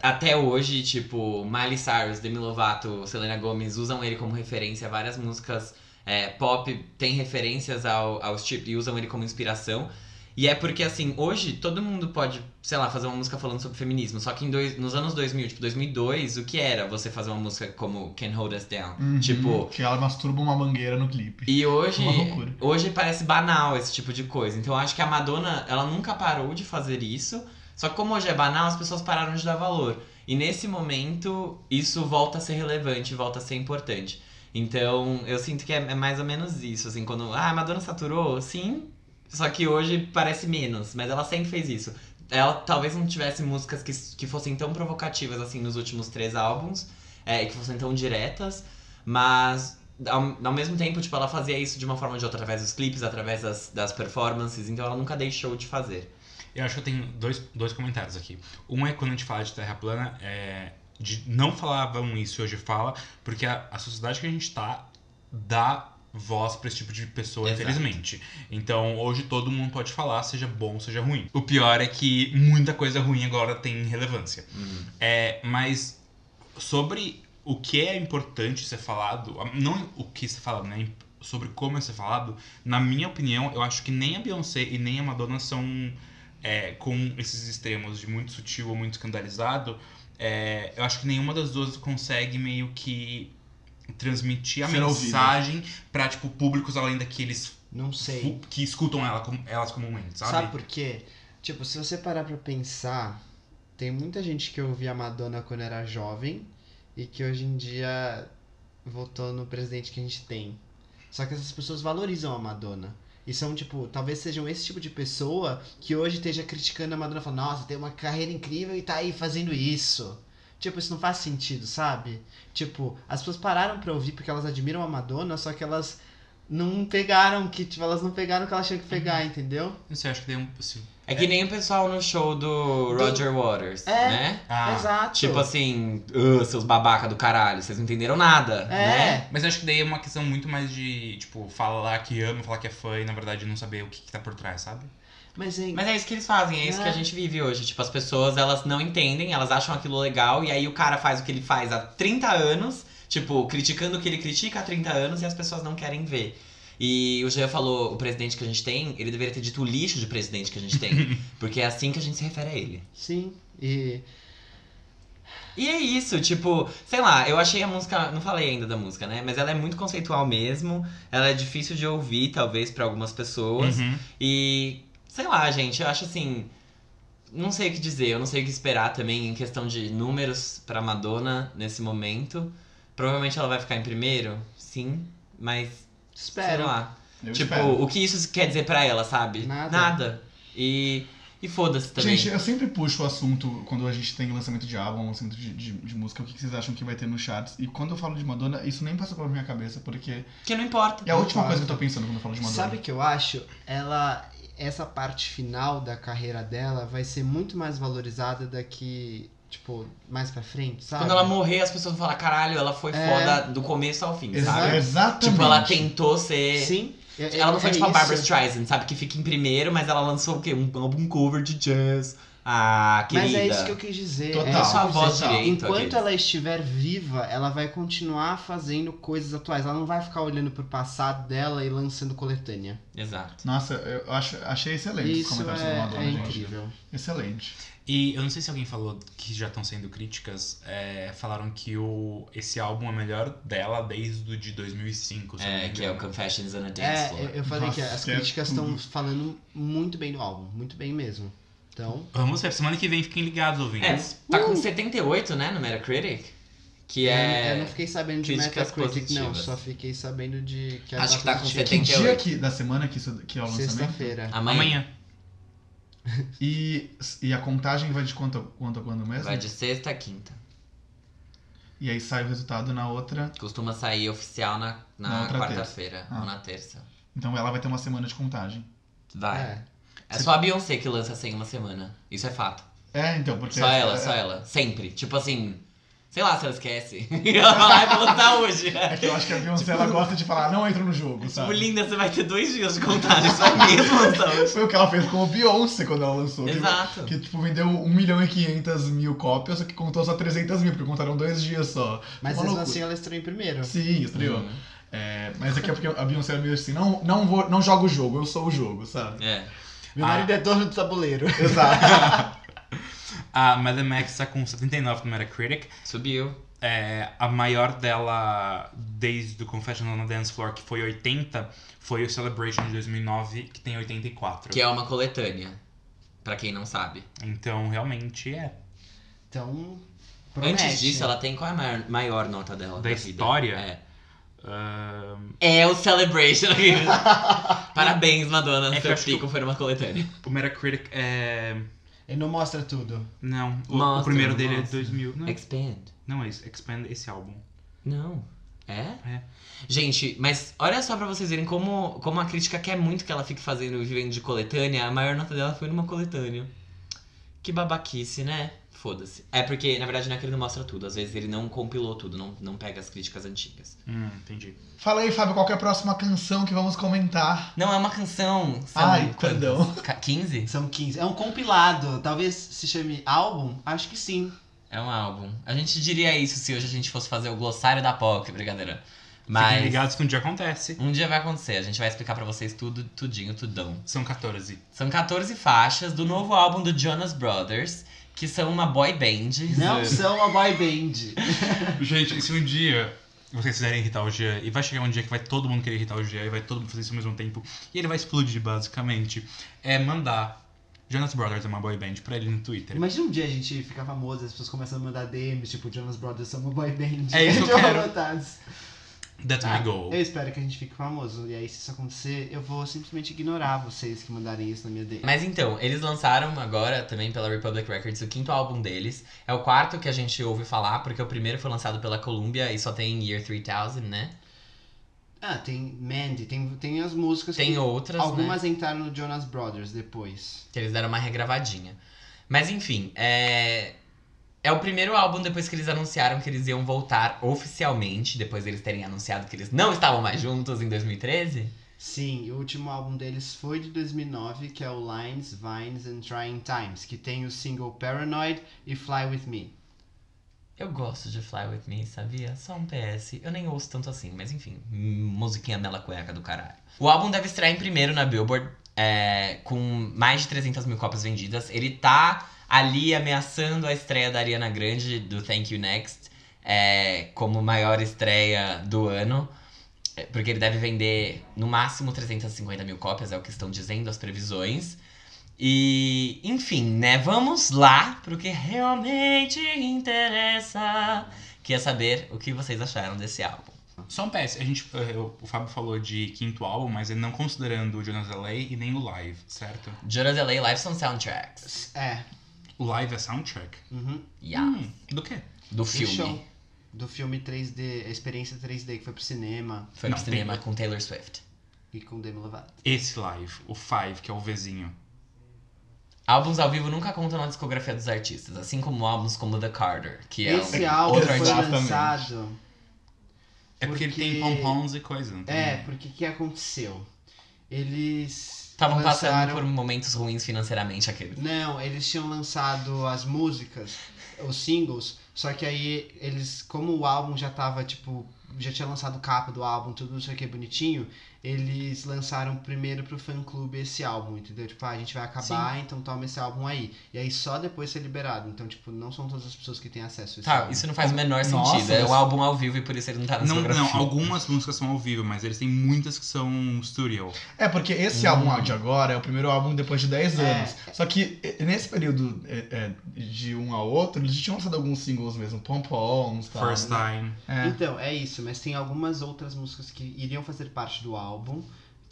A- Até hoje, tipo, Miley Cyrus, Demi Lovato, Selena Gomez usam ele como referência. Várias músicas é, pop têm referências ao, ao Strip e usam ele como inspiração. E é porque, assim, hoje todo mundo pode, sei lá, fazer uma música falando sobre feminismo. Só que em dois, nos anos 2000, tipo, 2002, o que era você fazer uma música como Can Hold Us Down? Uhum. Tipo, Que ela masturba uma mangueira no clipe. e hoje, Uma loucura. hoje parece banal esse tipo de coisa. Então eu acho que a Madonna, ela nunca parou de fazer isso. Só que como hoje é banal, as pessoas pararam de dar valor. E nesse momento, isso volta a ser relevante, volta a ser importante. Então, eu sinto que é, é mais ou menos isso, assim, quando, ah, a Madonna saturou, sim, só que hoje parece menos, mas ela sempre fez isso. Ela talvez não tivesse músicas que, que fossem tão provocativas, assim, nos últimos três álbuns, é, e que fossem tão diretas, mas ao, ao mesmo tempo, tipo, ela fazia isso de uma forma ou de outra, através dos clipes, através das, das performances, então ela nunca deixou de fazer. Eu acho que eu tenho dois, dois comentários aqui. Um é quando a gente fala de terra plana, é, de não falavam isso e hoje fala, porque a, a sociedade que a gente tá dá voz pra esse tipo de pessoa, Exato. infelizmente. Então, hoje todo mundo pode falar, seja bom, seja ruim. O pior é que muita coisa ruim agora tem relevância. É, mas sobre o que é importante ser falado, não o que ser falado, né? Sobre como é ser falado, na minha opinião, eu acho que nem a Beyoncé e nem a Madonna são é, com esses extremos de muito sutil ou muito escandalizado. é, eu acho que nenhuma das duas consegue meio que transmitir a Ser ouvida. mensagem pra, tipo, públicos além daqueles Não sei. fu- que escutam ela, com- elas comumente, sabe? Sabe? por quê? Tipo, se você parar pra pensar, tem muita gente que ouvia a Madonna quando era jovem e que hoje em dia votou no presidente que a gente tem. Só que essas pessoas valorizam a Madonna. E são, tipo, talvez sejam esse tipo de pessoa que hoje esteja criticando a Madonna, falando, nossa, tem uma carreira incrível e tá aí fazendo isso. Tipo, isso não faz sentido, sabe? Tipo, as pessoas pararam pra ouvir porque elas admiram a Madonna, só que elas não pegaram que, tipo, elas não pegaram o que elas tinham que pegar, entendeu? Não sei, acho que tem um. se- É que nem o pessoal no show do Do- Roger Waters, É. né? Ah, Exato. Tipo assim, "Ah, seus babaca do caralho, vocês não entenderam nada, É. né? Mas acho que daí é uma questão muito mais de, tipo, falar que ama, falar que é fã e na verdade não saber o que, que tá por trás, sabe? Mas, hein, Mas é isso que eles fazem, é isso que a É. gente vive hoje. Tipo, as pessoas, elas não entendem, elas acham aquilo legal, e aí o cara faz o que ele faz há 30 anos, tipo, criticando o que ele critica há 30 anos, e as pessoas não querem ver. E o Jean falou, o presidente que a gente tem, ele deveria ter dito o lixo de presidente que a gente tem. porque é assim que a gente se refere a ele. sim. E E é isso, tipo, sei lá, eu achei a música, não falei ainda da música, né? Mas ela é muito conceitual mesmo, ela é difícil de ouvir, talvez, pra algumas pessoas. Uhum. E sei lá, gente, eu acho assim. Não sei o que dizer, eu não sei o que esperar também em questão de números pra Madonna nesse momento. Provavelmente ela vai ficar em primeiro, sim, mas sei espero. lá. Eu tipo, espero. o que isso quer dizer pra ela, sabe? Nada. E, e foda-se também. Gente, eu sempre puxo o assunto quando a gente tem lançamento de álbum, lançamento de, de- de música, o que que vocês acham que vai ter nos charts. E quando eu falo de Madonna, isso nem passa pela minha cabeça, porque Que não importa. é a última coisa que eu tô pensando quando eu falo de Madonna. Sabe o que eu acho? Ela. Essa parte final da carreira dela vai ser muito mais valorizada daqui, tipo, mais pra frente, sabe? Quando ela morrer, as pessoas vão falar, caralho, ela foi É. foda do começo ao fim, Exa- sabe? Exatamente. Tipo, ela tentou ser. Sim. é- Ela não foi é tipo a isso. Barbara Streisand, sabe? Que fica em primeiro, mas ela lançou o quê? Um álbum cover de jazz. Ah, querida. Mas é isso que eu quis dizer. Total. É isso que eu Sua quis voz dizer. direito, Enquanto aqueles. ela estiver viva, ela vai continuar fazendo coisas atuais. Ela não vai ficar olhando pro passado dela e lançando coletânea. Exato. Nossa, eu acho, achei excelente os Isso comentários sobre é, Madonna, é gente. incrível. Excelente. E eu não sei se alguém falou que já estão sendo críticas, é, falaram que o, esse álbum é o melhor dela desde o de 2005, se eu não me É, que é o engano. Confessions on a Dance É, Floor. eu, eu falei Nossa, que as que é críticas estão tudo. falando muito bem do álbum, muito bem mesmo. Então, Vamos ver, semana que vem fiquem ligados, É, ouvintes. tá uh! com 78, né, no Metacritic? Que eu, eu é. não fiquei sabendo de críticas Metacritic, não, positivas. só fiquei sabendo de que Acho que tá com bastante- Que 78. dia que, da semana que, isso, que é o lançamento? Sexta-feira. Amanhã. Amanhã. E, e a contagem vai de quanto, a- quanto a quando mesmo? Vai de sexta a quinta. E aí sai o resultado na outra. Costuma sair oficial na, Na na outra quarta-feira Ah. ou na terça. Então ela vai ter uma semana de contagem. Vai. É. É só a Beyoncé que lança sem uma semana. Isso é fato. É, então, porque. Só ela, é, só ela. Sempre. Tipo assim. Sei lá se ela esquece. ela vai lá e vou lançar hoje. É que eu acho que a Beyoncé ela gosta de falar, não entro no jogo, Tipo, sabe? linda, você vai ter dois dias de contagem. Você vai mesmo lançar tá hoje. Foi o que ela fez com o Beyoncé quando ela lançou. que- Exato. Que, tipo, vendeu 1 milhão e 500 mil cópias, só que contou só 300 mil, porque contaram dois dias só. Mas Uma mesmo loucura. assim ela estreou em primeiro. Sim, estreou. Uhum. É, mas aqui é porque a Beyoncé é meio assim, não, não, vou, não jogo o jogo, eu sou o jogo, sabe? É. Meu Ah. marido é dono do tabuleiro. Exato. A Madame Max tá com 79 no Metacritic. Subiu. É, a maior dela desde o Confession on a Dance Floor, que foi 80, foi o Celebration de 2009, que tem 84. Que é uma coletânea. Pra quem não sabe. Então, realmente é. Então, Antes disso, ela tem qual é a maior, maior nota dela? Da vida? história? É. Ahn, É o Celebration. Parabéns, Madonna. É que eu seu acho que pico foi uma coletânea. o Metacritic é. Ele não mostra tudo. Não, o, o Mostra, primeiro dele é mostra. 2000. Não, Expand. não é isso. Expand esse álbum. Não. É? É. Gente, mas olha só pra vocês verem como, como a crítica quer muito que ela fique fazendo vivendo de coletânea. A maior nota dela foi numa coletânea. Que babaquice, né? Foda-se. É porque, na verdade, não é que ele não mostra tudo. Às vezes ele não compilou tudo, não, não pega as críticas antigas. Hum, entendi. Fala aí, Fábio, qual que é a próxima canção que vamos comentar? Não, é uma canção. são Ai, quantas? perdão. Ca- 15? São 15. É um compilado. Talvez se chame álbum? Acho que sim. É um álbum. A gente diria isso se hoje a gente fosse fazer o glossário da POC, brincadeira. Fiquem Mas ligados que um dia acontece. um dia vai acontecer, a gente vai explicar pra vocês tudo, tudinho, tudão. São 14. São 14 faixas do novo álbum do Jonas Brothers, que são uma boy band. Não são a boy band. Gente, e se um dia vocês quiserem irritar o Jean, e vai chegar um dia que vai todo mundo querer irritar o Jean, e vai todo mundo fazer isso ao mesmo tempo, e ele vai explodir, basicamente, é mandar Jonas Brothers é uma boy band pra ele no Twitter. Imagina um dia a gente ficar famoso, as pessoas começam a mandar DMs, tipo, Jonas Brothers são uma boy band. É isso que eu Jonas quero. Brothers. That's Ah. my goal. Eu espero que a gente fique famoso. E aí, se isso acontecer, eu vou simplesmente ignorar vocês que mandarem isso na minha DM. Mas então, eles lançaram agora também pela Republic Records o quinto álbum deles. É o quarto que a gente ouve falar, porque o primeiro foi lançado pela Columbia e só tem Year 3000, né? Ah, tem Mandy, tem, tem as músicas Tem que outras, né? algumas entraram no Jonas Brothers depois. Que eles deram uma regravadinha. Mas enfim, é. É o primeiro álbum depois que eles anunciaram que eles iam voltar oficialmente, depois deles terem anunciado que eles não estavam mais juntos em 2013. Sim, o último álbum deles foi de 2009, que é o Lines, Vines and Trying Times, que tem o single Paranoid e Fly With Me. Eu gosto de Fly With Me, sabia? Só um PS. Eu nem ouço tanto assim, mas enfim. hum, Musiquinha mela cueca do caralho. O álbum deve estrear em primeiro na Billboard, é, com mais de 300 mil cópias vendidas. Ele tá ali ameaçando a estreia da Ariana Grande, do Thank You Next, é, como maior estreia do ano. é, Porque ele deve vender no máximo 350 mil cópias, é o que estão dizendo as previsões. E, enfim, né? Vamos lá pro que realmente interessa. Que é saber o que vocês acharam desse álbum. Só um PS, a gente, eh, o o Fábio falou de quinto álbum, mas ele não considerando o Jonas LA e nem o live, certo? Jonas LA Live são soundtracks. É, O live é soundtrack. uhum, Yeah. Hum, do quê? Do do show. filme. Do filme 3D, a experiência 3D que foi pro cinema Foi Não, pro tem- cinema com Taylor Swift. e com Demi Lovato. Esse live, o Five, que é o vizinho. Álbuns ao vivo nunca contam na discografia dos artistas, assim como álbuns como The Carter, que é Esse um- álbum outro foi artista. lançado. É porque, ele tem Porque- pompons e coisa, não tem? É, porque o que aconteceu? Eles. Estavam passando lançaram- por momentos ruins financeiramente aquele. Não, eles tinham lançado as músicas, os singles, só que aí eles, como o álbum já tava, tipo, já tinha lançado capa do álbum, tudo não sei o que bonitinho, eles lançaram primeiro pro fã clube esse álbum, entendeu? Tipo, ah, a gente vai acabar, então toma esse álbum aí. E aí só depois ser liberado. Então, tipo, não são todas as pessoas que têm acesso a esse Tá, álbum. isso não faz o menor sentido. Nossa, é mas- um álbum ao vivo e por isso ele não tá na Não, discografia. não, algumas músicas são ao vivo, mas eles têm muitas que são um studio. É, porque esse álbum de agora é o primeiro álbum depois de 10 É. anos. Só que eh, nesse período eh, eh, de um ao outro, eles já tinham lançado alguns singles mesmo, pom-poms, tal. First time. É. Então, é isso, mas tem algumas outras músicas que iriam fazer parte do álbum.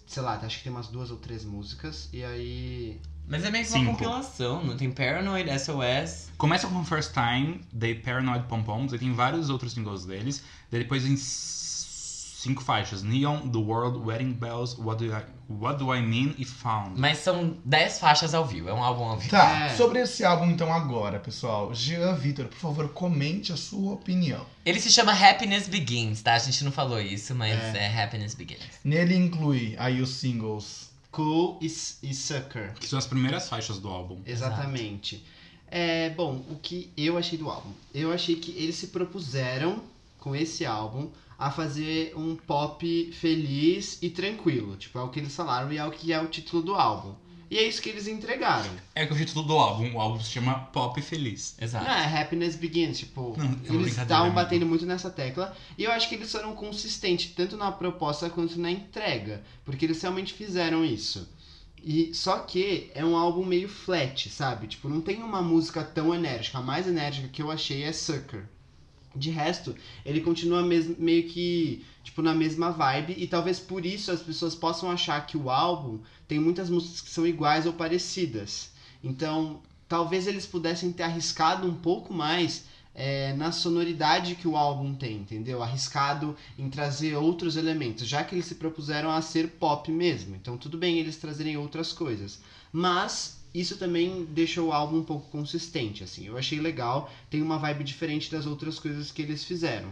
Sei lá, acho que tem umas duas ou três músicas. E aí. Mas é meio que uma Cinco. compilação, não tem Paranoid, SOS. Começa com First Time, daí Paranoid Pom Poms, e tem vários outros singles deles. Daí depois em c- cinco faixas: Neon, The World, Wedding Bells, What Do I, What Do I Mean e Found. Mas são 10 faixas ao vivo, é um álbum ao vivo. Tá, É. sobre esse álbum então agora, pessoal. Jean Vitor, por favor, comente a sua opinião. Ele se chama Happiness Begins, tá? A gente não falou isso, mas é, Happiness Begins. Nele inclui aí os singles. Cool e, e Sucker. Que são as primeiras faixas do álbum. Exatamente. É, bom, o que eu achei do álbum? Eu achei que eles se propuseram com esse álbum a fazer um pop feliz e tranquilo. Tipo, é o que eles falaram e é o que é o título do álbum. E é isso que eles entregaram. É que o título do álbum, o álbum se chama Pop Feliz. Exato. Não, é Happiness Begins, tipo, Não, é uma eles brincadeira, estavam amigo. batendo muito nessa tecla e eu acho que eles foram consistentes tanto na proposta quanto na entrega, porque eles realmente fizeram isso. E só que é um álbum meio flat, sabe? Tipo, não tem uma música tão enérgica. A mais enérgica que eu achei é Sucker. De resto, ele continua mes- meio que, tipo, na mesma vibe e talvez por isso as pessoas possam achar que o álbum tem muitas músicas que são iguais ou parecidas. Então, talvez eles pudessem ter arriscado um pouco mais é, na sonoridade que o álbum tem, entendeu? Arriscado em trazer outros elementos, já que eles se propuseram a ser pop mesmo. Então, tudo bem eles trazerem outras coisas. Mas. Isso também deixa o álbum um pouco consistente, assim. Eu achei legal, tem uma vibe diferente das outras coisas que eles fizeram.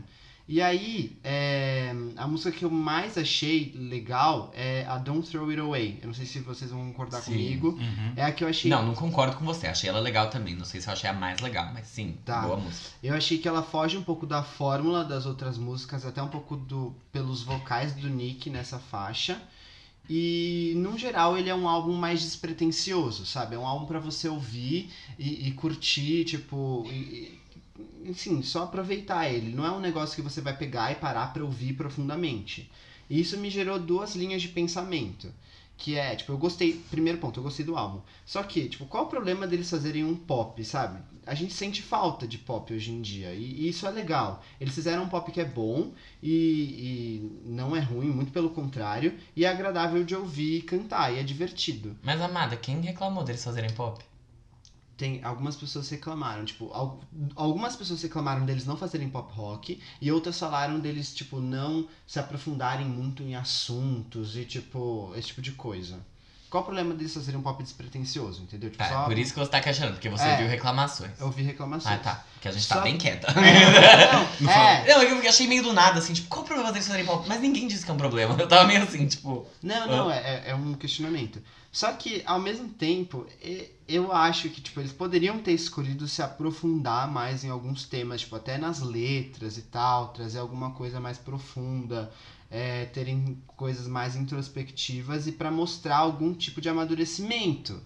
E aí, é, a música que eu mais achei legal é a Don't Throw It Away. Eu não sei se vocês vão concordar Sim. comigo. Uhum. É a que eu achei Não, não concordo com você. Achei ela legal também. Não sei se eu achei a mais legal, mas sim, Tá. boa música. Eu achei que ela foge um pouco da fórmula das outras músicas, até um pouco do pelos vocais do Nick nessa faixa. E, no geral, ele é um álbum mais despretensioso, sabe? É um álbum pra você ouvir e, e curtir, tipo. E, e, assim, só aproveitar ele. Não é um negócio que você vai pegar e parar pra ouvir profundamente. E isso me gerou duas linhas de pensamento. Que é, tipo, eu gostei. Primeiro ponto, eu gostei do álbum. Só que, tipo, qual o problema deles fazerem um pop, sabe? A gente sente falta de pop hoje em dia, e, e isso é legal. Eles fizeram um pop que é bom e, e não é ruim, muito pelo contrário, e é agradável de ouvir e cantar, e é divertido. Mas, amada, quem reclamou deles fazerem pop? Tem algumas pessoas reclamaram, tipo, al- algumas pessoas reclamaram deles não fazerem pop rock, e outras falaram deles, tipo, não se aprofundarem muito em assuntos e, tipo, esse tipo de coisa. Qual o problema deles fazerem um pop despretensioso, entendeu? Tipo, Tá, só por isso que você tá questionando, porque você É. viu reclamações. eu ouvi reclamações. Ah, tá. Que a gente tá Só- bem quieta. Não, é. Não, eu achei meio do nada, assim, tipo, qual o problema deles fazerem pop? Mas ninguém disse que é um problema. Eu tava meio assim, tipo. Não, não, é, é- é um questionamento. Só que, ao mesmo tempo, e- eu acho que, tipo, eles poderiam ter escolhido se aprofundar mais em alguns temas, tipo, até nas letras e tal, trazer alguma coisa mais profunda, é, terem coisas mais introspectivas e pra mostrar algum tipo de amadurecimento.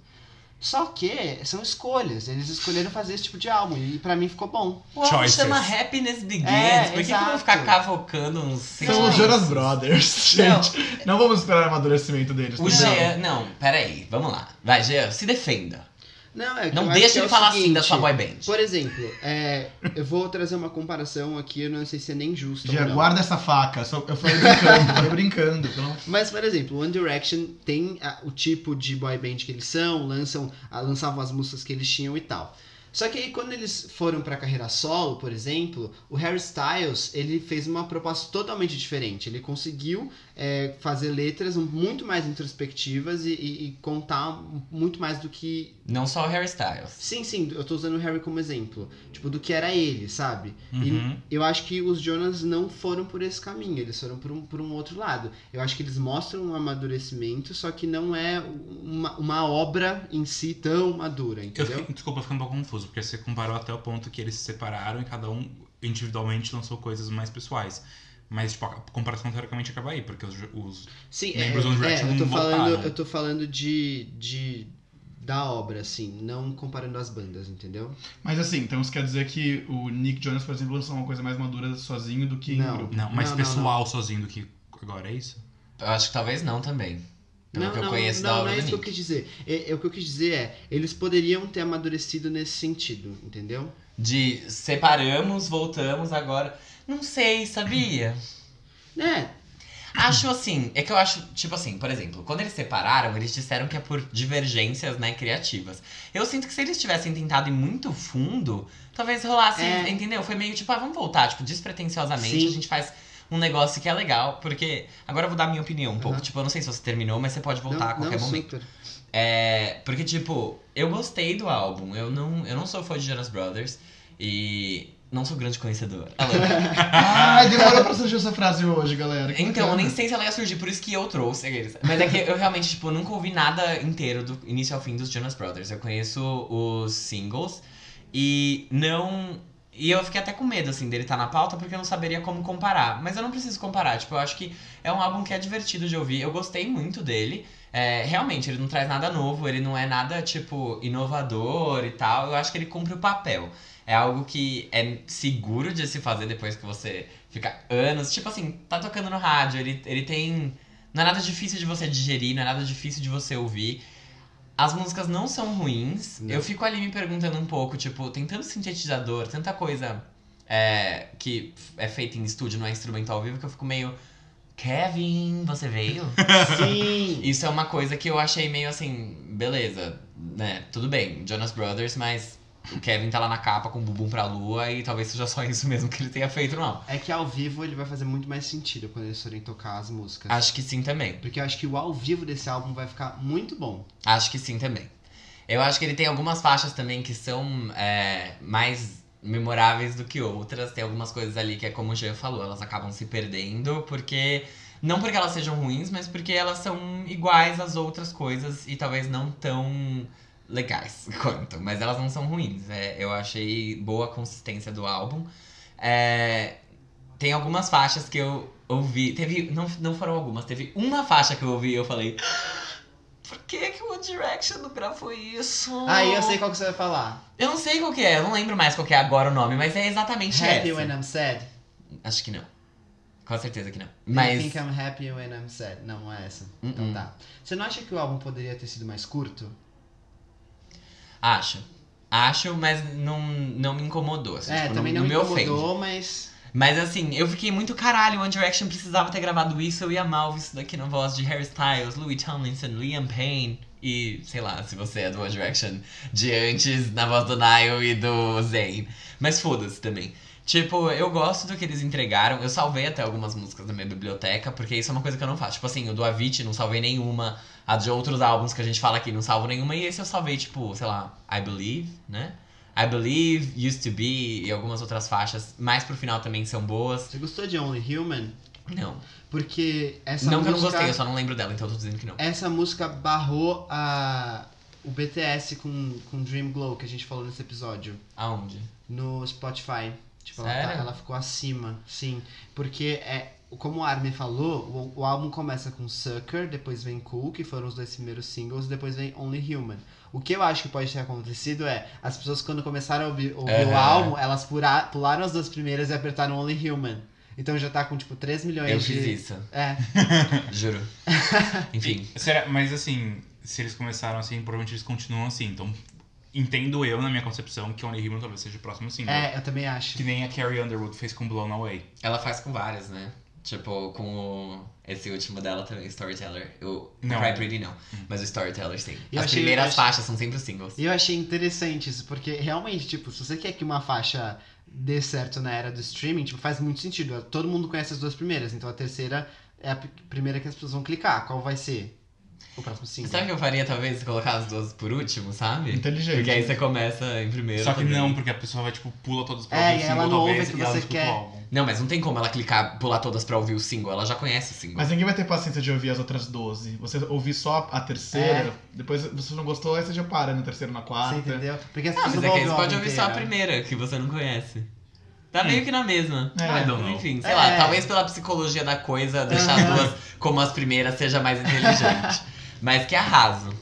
Só que são escolhas, eles escolheram fazer esse tipo de álbum e pra mim ficou bom. Uau, Choices. chama Happiness Begins. É, por que, que exato. vão ficar cavocando São uns os sentimentos? Jonas Brothers, gente. Não, vamos esperar o amadurecimento deles. O tá Jean, não, peraí, vamos lá. Vai, Jean, se defenda. Não, é que eu Não acho deixa que é ele o falar assim da seguinte, sua boy band. Por exemplo, é, eu vou trazer uma comparação aqui, eu não sei se é nem justo Já ou não. guarda essa faca. Só- eu falei brincando, falei brincando. então. pelo amor- Mas, por exemplo, One Direction tem ah, o tipo de boy band que eles são, lançam, ah, lançavam as músicas que eles tinham e tal. Só que aí quando eles foram pra carreira solo, por exemplo, o Harry Styles, ele fez uma proposta totalmente diferente. Ele conseguiu é, fazer letras muito mais introspectivas e, e- e contar muito mais do que Não só o Harry Styles. Sim, sim, eu tô usando o Harry como exemplo. Tipo, do que era ele, sabe? Uhum. E eu acho que os Jonas não foram por esse caminho, eles foram por um, por um outro lado. Eu acho que eles mostram um amadurecimento, só que não é uma, uma obra em si tão madura, Eu entendeu? fiquei, desculpa, eu fiquei um pouco confuso, porque você comparou até o ponto que eles se separaram e cada um individualmente lançou coisas mais pessoais. Mas, tipo, a comparação teoricamente acaba aí, porque os, os- Sim, Membros é, on é, Direction eu tô não falando, votaram. eu tô falando de, de da obra, assim, não comparando as bandas, entendeu? Mas assim, então isso quer dizer que o Nick Jonas, por exemplo, lançou uma coisa mais madura sozinho do que Não. em grupo. Não, mais Não, não, pessoal sozinho do que agora, é isso? Eu acho que talvez não também. Pelo que eu conheço não, da não obra é do isso que eu Nick. quis dizer. É, é o que eu quis dizer é, eles poderiam ter amadurecido nesse sentido, entendeu? De separamos, voltamos agora. Não sei, sabia? É, Acho assim, é que eu acho, tipo assim, por exemplo, quando eles separaram, eles disseram que é por divergências, né, criativas. Eu sinto que se eles tivessem tentado ir muito fundo, talvez rolasse, É. entendeu? Foi meio tipo, ah, vamos voltar, tipo, despretensiosamente, Sim. a gente faz um negócio que é legal, porque agora eu vou dar minha opinião um pouco, Aham. tipo, eu não sei se você terminou, mas você pode voltar não, a qualquer não, momento. super. É, porque, tipo, eu gostei do álbum. Eu não, eu não sou fã de Jonas Brothers e não sou grande conhecedor. Ai, demorou pra surgir essa frase hoje, galera. Que então, eu bacana. nem sei se ela ia surgir, por isso que eu trouxe. aqueles. Mas é que eu realmente, tipo, nunca ouvi nada inteiro do início ao fim dos Jonas Brothers. Eu conheço os singles e não. E eu fiquei até com medo, assim, dele estar na pauta, porque eu não saberia como comparar. Mas eu não preciso comparar, tipo, eu acho que é um álbum que é divertido de ouvir. Eu gostei muito dele. É, realmente, ele não traz nada novo, ele não é nada, tipo, inovador e tal. Eu acho que ele cumpre o papel. É algo que é seguro de se fazer depois que você fica anos. Tipo assim, tá tocando no rádio, ele, ele tem. Não é nada difícil de você digerir, não é nada difícil de você ouvir. As músicas não são ruins. Não. Eu fico ali me perguntando um pouco, tipo, tem tanto sintetizador, tanta coisa é, que é feita em estúdio, não é instrumental ao vivo, que eu fico meio. Kevin, você veio? Sim. Isso é uma coisa que eu achei meio assim, beleza, né? Tudo bem, Jonas Brothers, mas o Kevin tá lá na capa com o bumbum pra lua e talvez seja só isso mesmo que ele tenha feito, não. É que ao vivo ele vai fazer muito mais sentido quando eles forem tocar as músicas. Acho que sim também. Porque eu acho que o ao vivo desse álbum vai ficar muito bom. Acho que sim também. Eu acho que ele tem algumas faixas também que são é, mais memoráveis do que outras. Tem algumas coisas ali que é como o Jean falou, elas acabam se perdendo, porque. Não porque elas sejam ruins, mas porque elas são iguais às outras coisas e talvez não tão legais quanto. Mas elas não são ruins. É, eu achei boa a consistência do álbum. É, tem algumas faixas que eu ouvi. Teve. Não, não foram algumas, teve uma faixa que eu ouvi e eu falei. Por que, que o One Direction não gravou isso? Aí eu sei qual que você vai falar. Eu não sei qual que é, eu não lembro mais qual que é agora o nome, mas é exatamente Happy essa. when I'm sad. Acho que não. Com certeza que não. I Mas. think I'm happy when I'm sad. Não, não é essa. Uh-uh. Então tá. Você não acha que o álbum poderia ter sido mais curto? Acho. Acho, mas não, não me incomodou. assim, é, tipo, também não, me me ofende. incomodou, mas. Mas assim, eu fiquei muito caralho, One Direction precisava ter gravado isso, eu ia mal ouvir isso daqui na voz de Harry Styles, Louis Tomlinson, Liam Payne e, sei lá, se você é do One Direction, de antes, na voz do Nile e do Zayn. Mas foda-se também. Tipo, eu gosto do que eles entregaram. Eu salvei até algumas músicas na minha biblioteca, porque isso é uma coisa que eu não faço. Tipo assim, o do Avicii não salvei nenhuma. A de outros álbuns que a gente fala aqui não salvo nenhuma. E esse eu salvei, tipo, sei lá, I Believe, né? I Believe, Used to Be e algumas outras faixas. Mais pro final também são boas. Você gostou de Only Human? Não. Porque essa não que eu não música. gostei, eu só não lembro dela, então eu tô dizendo que não. Essa música barrou a, o BTS com, com Dream Glow, que a gente falou nesse episódio, Aonde? no Spotify. Tipo, ela, tá- Sério? ela ficou acima, sim. Porque, é, como o Armin falou, o, o álbum começa com Sucker, depois vem Cool, que foram os dois primeiros singles, depois vem Only Human. O que eu acho que pode ter acontecido é, as pessoas quando começaram a ouvir, ouvir o Aham. álbum, elas pura- pularam as duas primeiras e apertaram Only Human. Então já tá com, tipo, 3 milhões Eu de... fiz isso, É, juro. Enfim. E- será- mas assim, se eles começaram assim, provavelmente eles continuam assim. Então, entendo eu, na minha concepção, que Only Human talvez seja o próximo single. é, eu também acho. Que nem a Carrie Underwood fez com Blown Away. Ela faz com várias, né? Tipo, com o... esse último dela também, Storyteller. O Não. Cry Pretty não, Hum. mas o Storyteller sim. Eu As achei- primeiras eu achei- faixas são sempre os singles. E eu achei interessante isso, porque realmente, tipo, se você quer que uma faixa dê certo na era do streaming, tipo, faz muito sentido. Todo mundo conhece as duas primeiras, então a terceira é a p- primeira que as pessoas vão clicar. Qual vai ser o próximo single? tá Sabe o que eu faria, talvez, se colocar as duas por último, Hum. sabe? Inteligente. Porque aí você começa em primeiro. Só que também. não, porque a pessoa vai, tipo, pula todos os É, próximos e ela singles, não ouve talvez, o que e ela você escuta o quer. álbum. Não, mas não tem como ela clicar, pular todas pra ouvir o single. Ela já conhece o single. Mas ninguém vai ter paciência de ouvir as outras 12. Você ouvir só a terceira, depois você não gostou, aí você já para na terceira, na Você quarta. entendeu? Porque as Ah, pessoas mas é vão que aí ouvir você o pode álbum ouvir só a inteiro. primeira, que você não conhece. Tá meio que na mesma. É. Ah, Não. Enfim, sei É. lá, talvez pela psicologia da coisa, deixar as duas como as primeiras seja mais inteligente. Mas que arraso.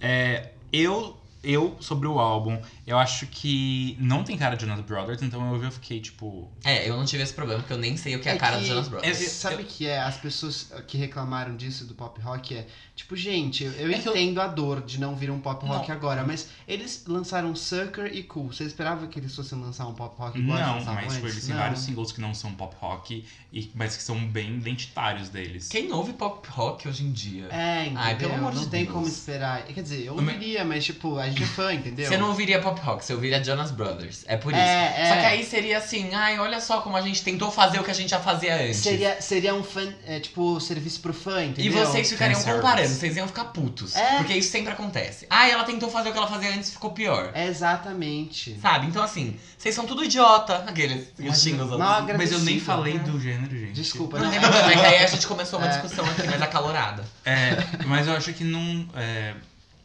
É, eu, eu, sobre o álbum, eu acho que não tem cara de Jonas Brothers, então eu, eu fiquei tipo. É, eu não tive esse problema, porque eu nem sei o que é a É cara que- do Jonas é, Brothers. sabe o que é? As pessoas que reclamaram disso do pop rock é. Tipo, gente, eu, eu É que eu- entendo a dor de não vir um pop rock agora, mas eles lançaram Sucker e Cool. Você esperava que eles fossem lançar um pop rock igual eles Não, lançavam mas tipo, antes? eles têm Não. vários singles que não são pop rock, e, mas que são bem identitários deles. Quem ouve pop rock hoje em dia? É, entendeu? Ai, pelo amor não de tem Deus. como esperar. Quer dizer, eu Mas- ouviria, mas tipo, a gente é fã, entendeu? Você não ouviria pop rock, você ouviria Jonas Brothers. É por isso. É, é. Só que aí seria assim, ai, olha só como a gente tentou fazer o que a gente já fazia antes. Seria, seria um fã, é, tipo, serviço pro fã, E entendeu? vocês ficariam Fanservice. comparando, vocês iam ficar putos. É. Porque isso sempre acontece. Ah, Ai, ela tentou fazer o que ela fazia antes e ficou pior. É exatamente. Sabe? Então assim, vocês são tudo idiota. Aqueles Mas- xingam os outros. Mal Mas eu agradecido. nem né? falei do gênero, gente. Desculpa, Não não. tem é- problema, é que aí a gente começou uma É. discussão aqui mais acalorada. É, mas eu acho que não. é,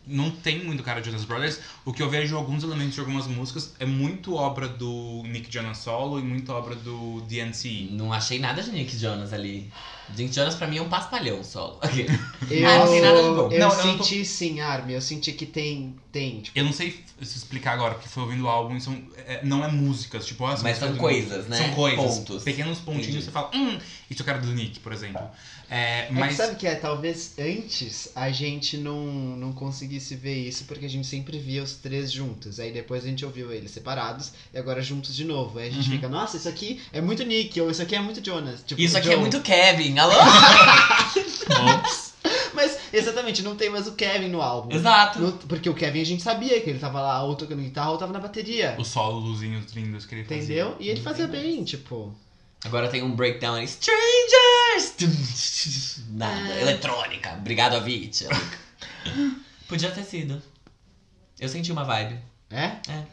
não tem muito cara de Jonas Brothers. O que eu vejo em alguns elementos de algumas músicas é muito obra do Nick Jonas solo e muito obra do DNC. Não achei nada de Nick Jonas ali. Nick Jonas pra mim é um paspalhão solo. Eu, Ah, não tem nada de bom. eu Não, eu não tô- senti sim, Armin. Eu senti que tem. tem tipo, Eu não sei se explicar agora, porque foi ouvindo o álbum e são, é, não é músicas, tipo, as Mas são músicas do- coisas, né? São coisas. Pontos. Pequenos pontinhos Entendi. Tá. você fala, hum, isso é o cara do Nick, por exemplo. É, é que mas sabe o que é? Talvez antes a gente não, não conseguisse ver isso, porque a gente sempre via os três juntos. Aí depois a gente ouviu eles separados e agora juntos de novo. Aí a gente Uhum. fica, nossa, isso aqui é muito Nick, ou isso aqui é muito Jonas. Tipo, Isso aqui é John. muito Kevin, alô? Mas exatamente, não tem mais o Kevin no álbum. Exato. No- porque o Kevin a gente sabia que ele tava lá ou tocando guitarra ou tava na bateria. o solo, luzinhos lindos que ele fazia. Entendeu? E ele Não fazia tem mais. bem, tipo. Agora tem um breakdown em Strangers! Nada, eletrônica. Obrigado, Avit. Podia ter sido. Eu senti uma vibe. É? É.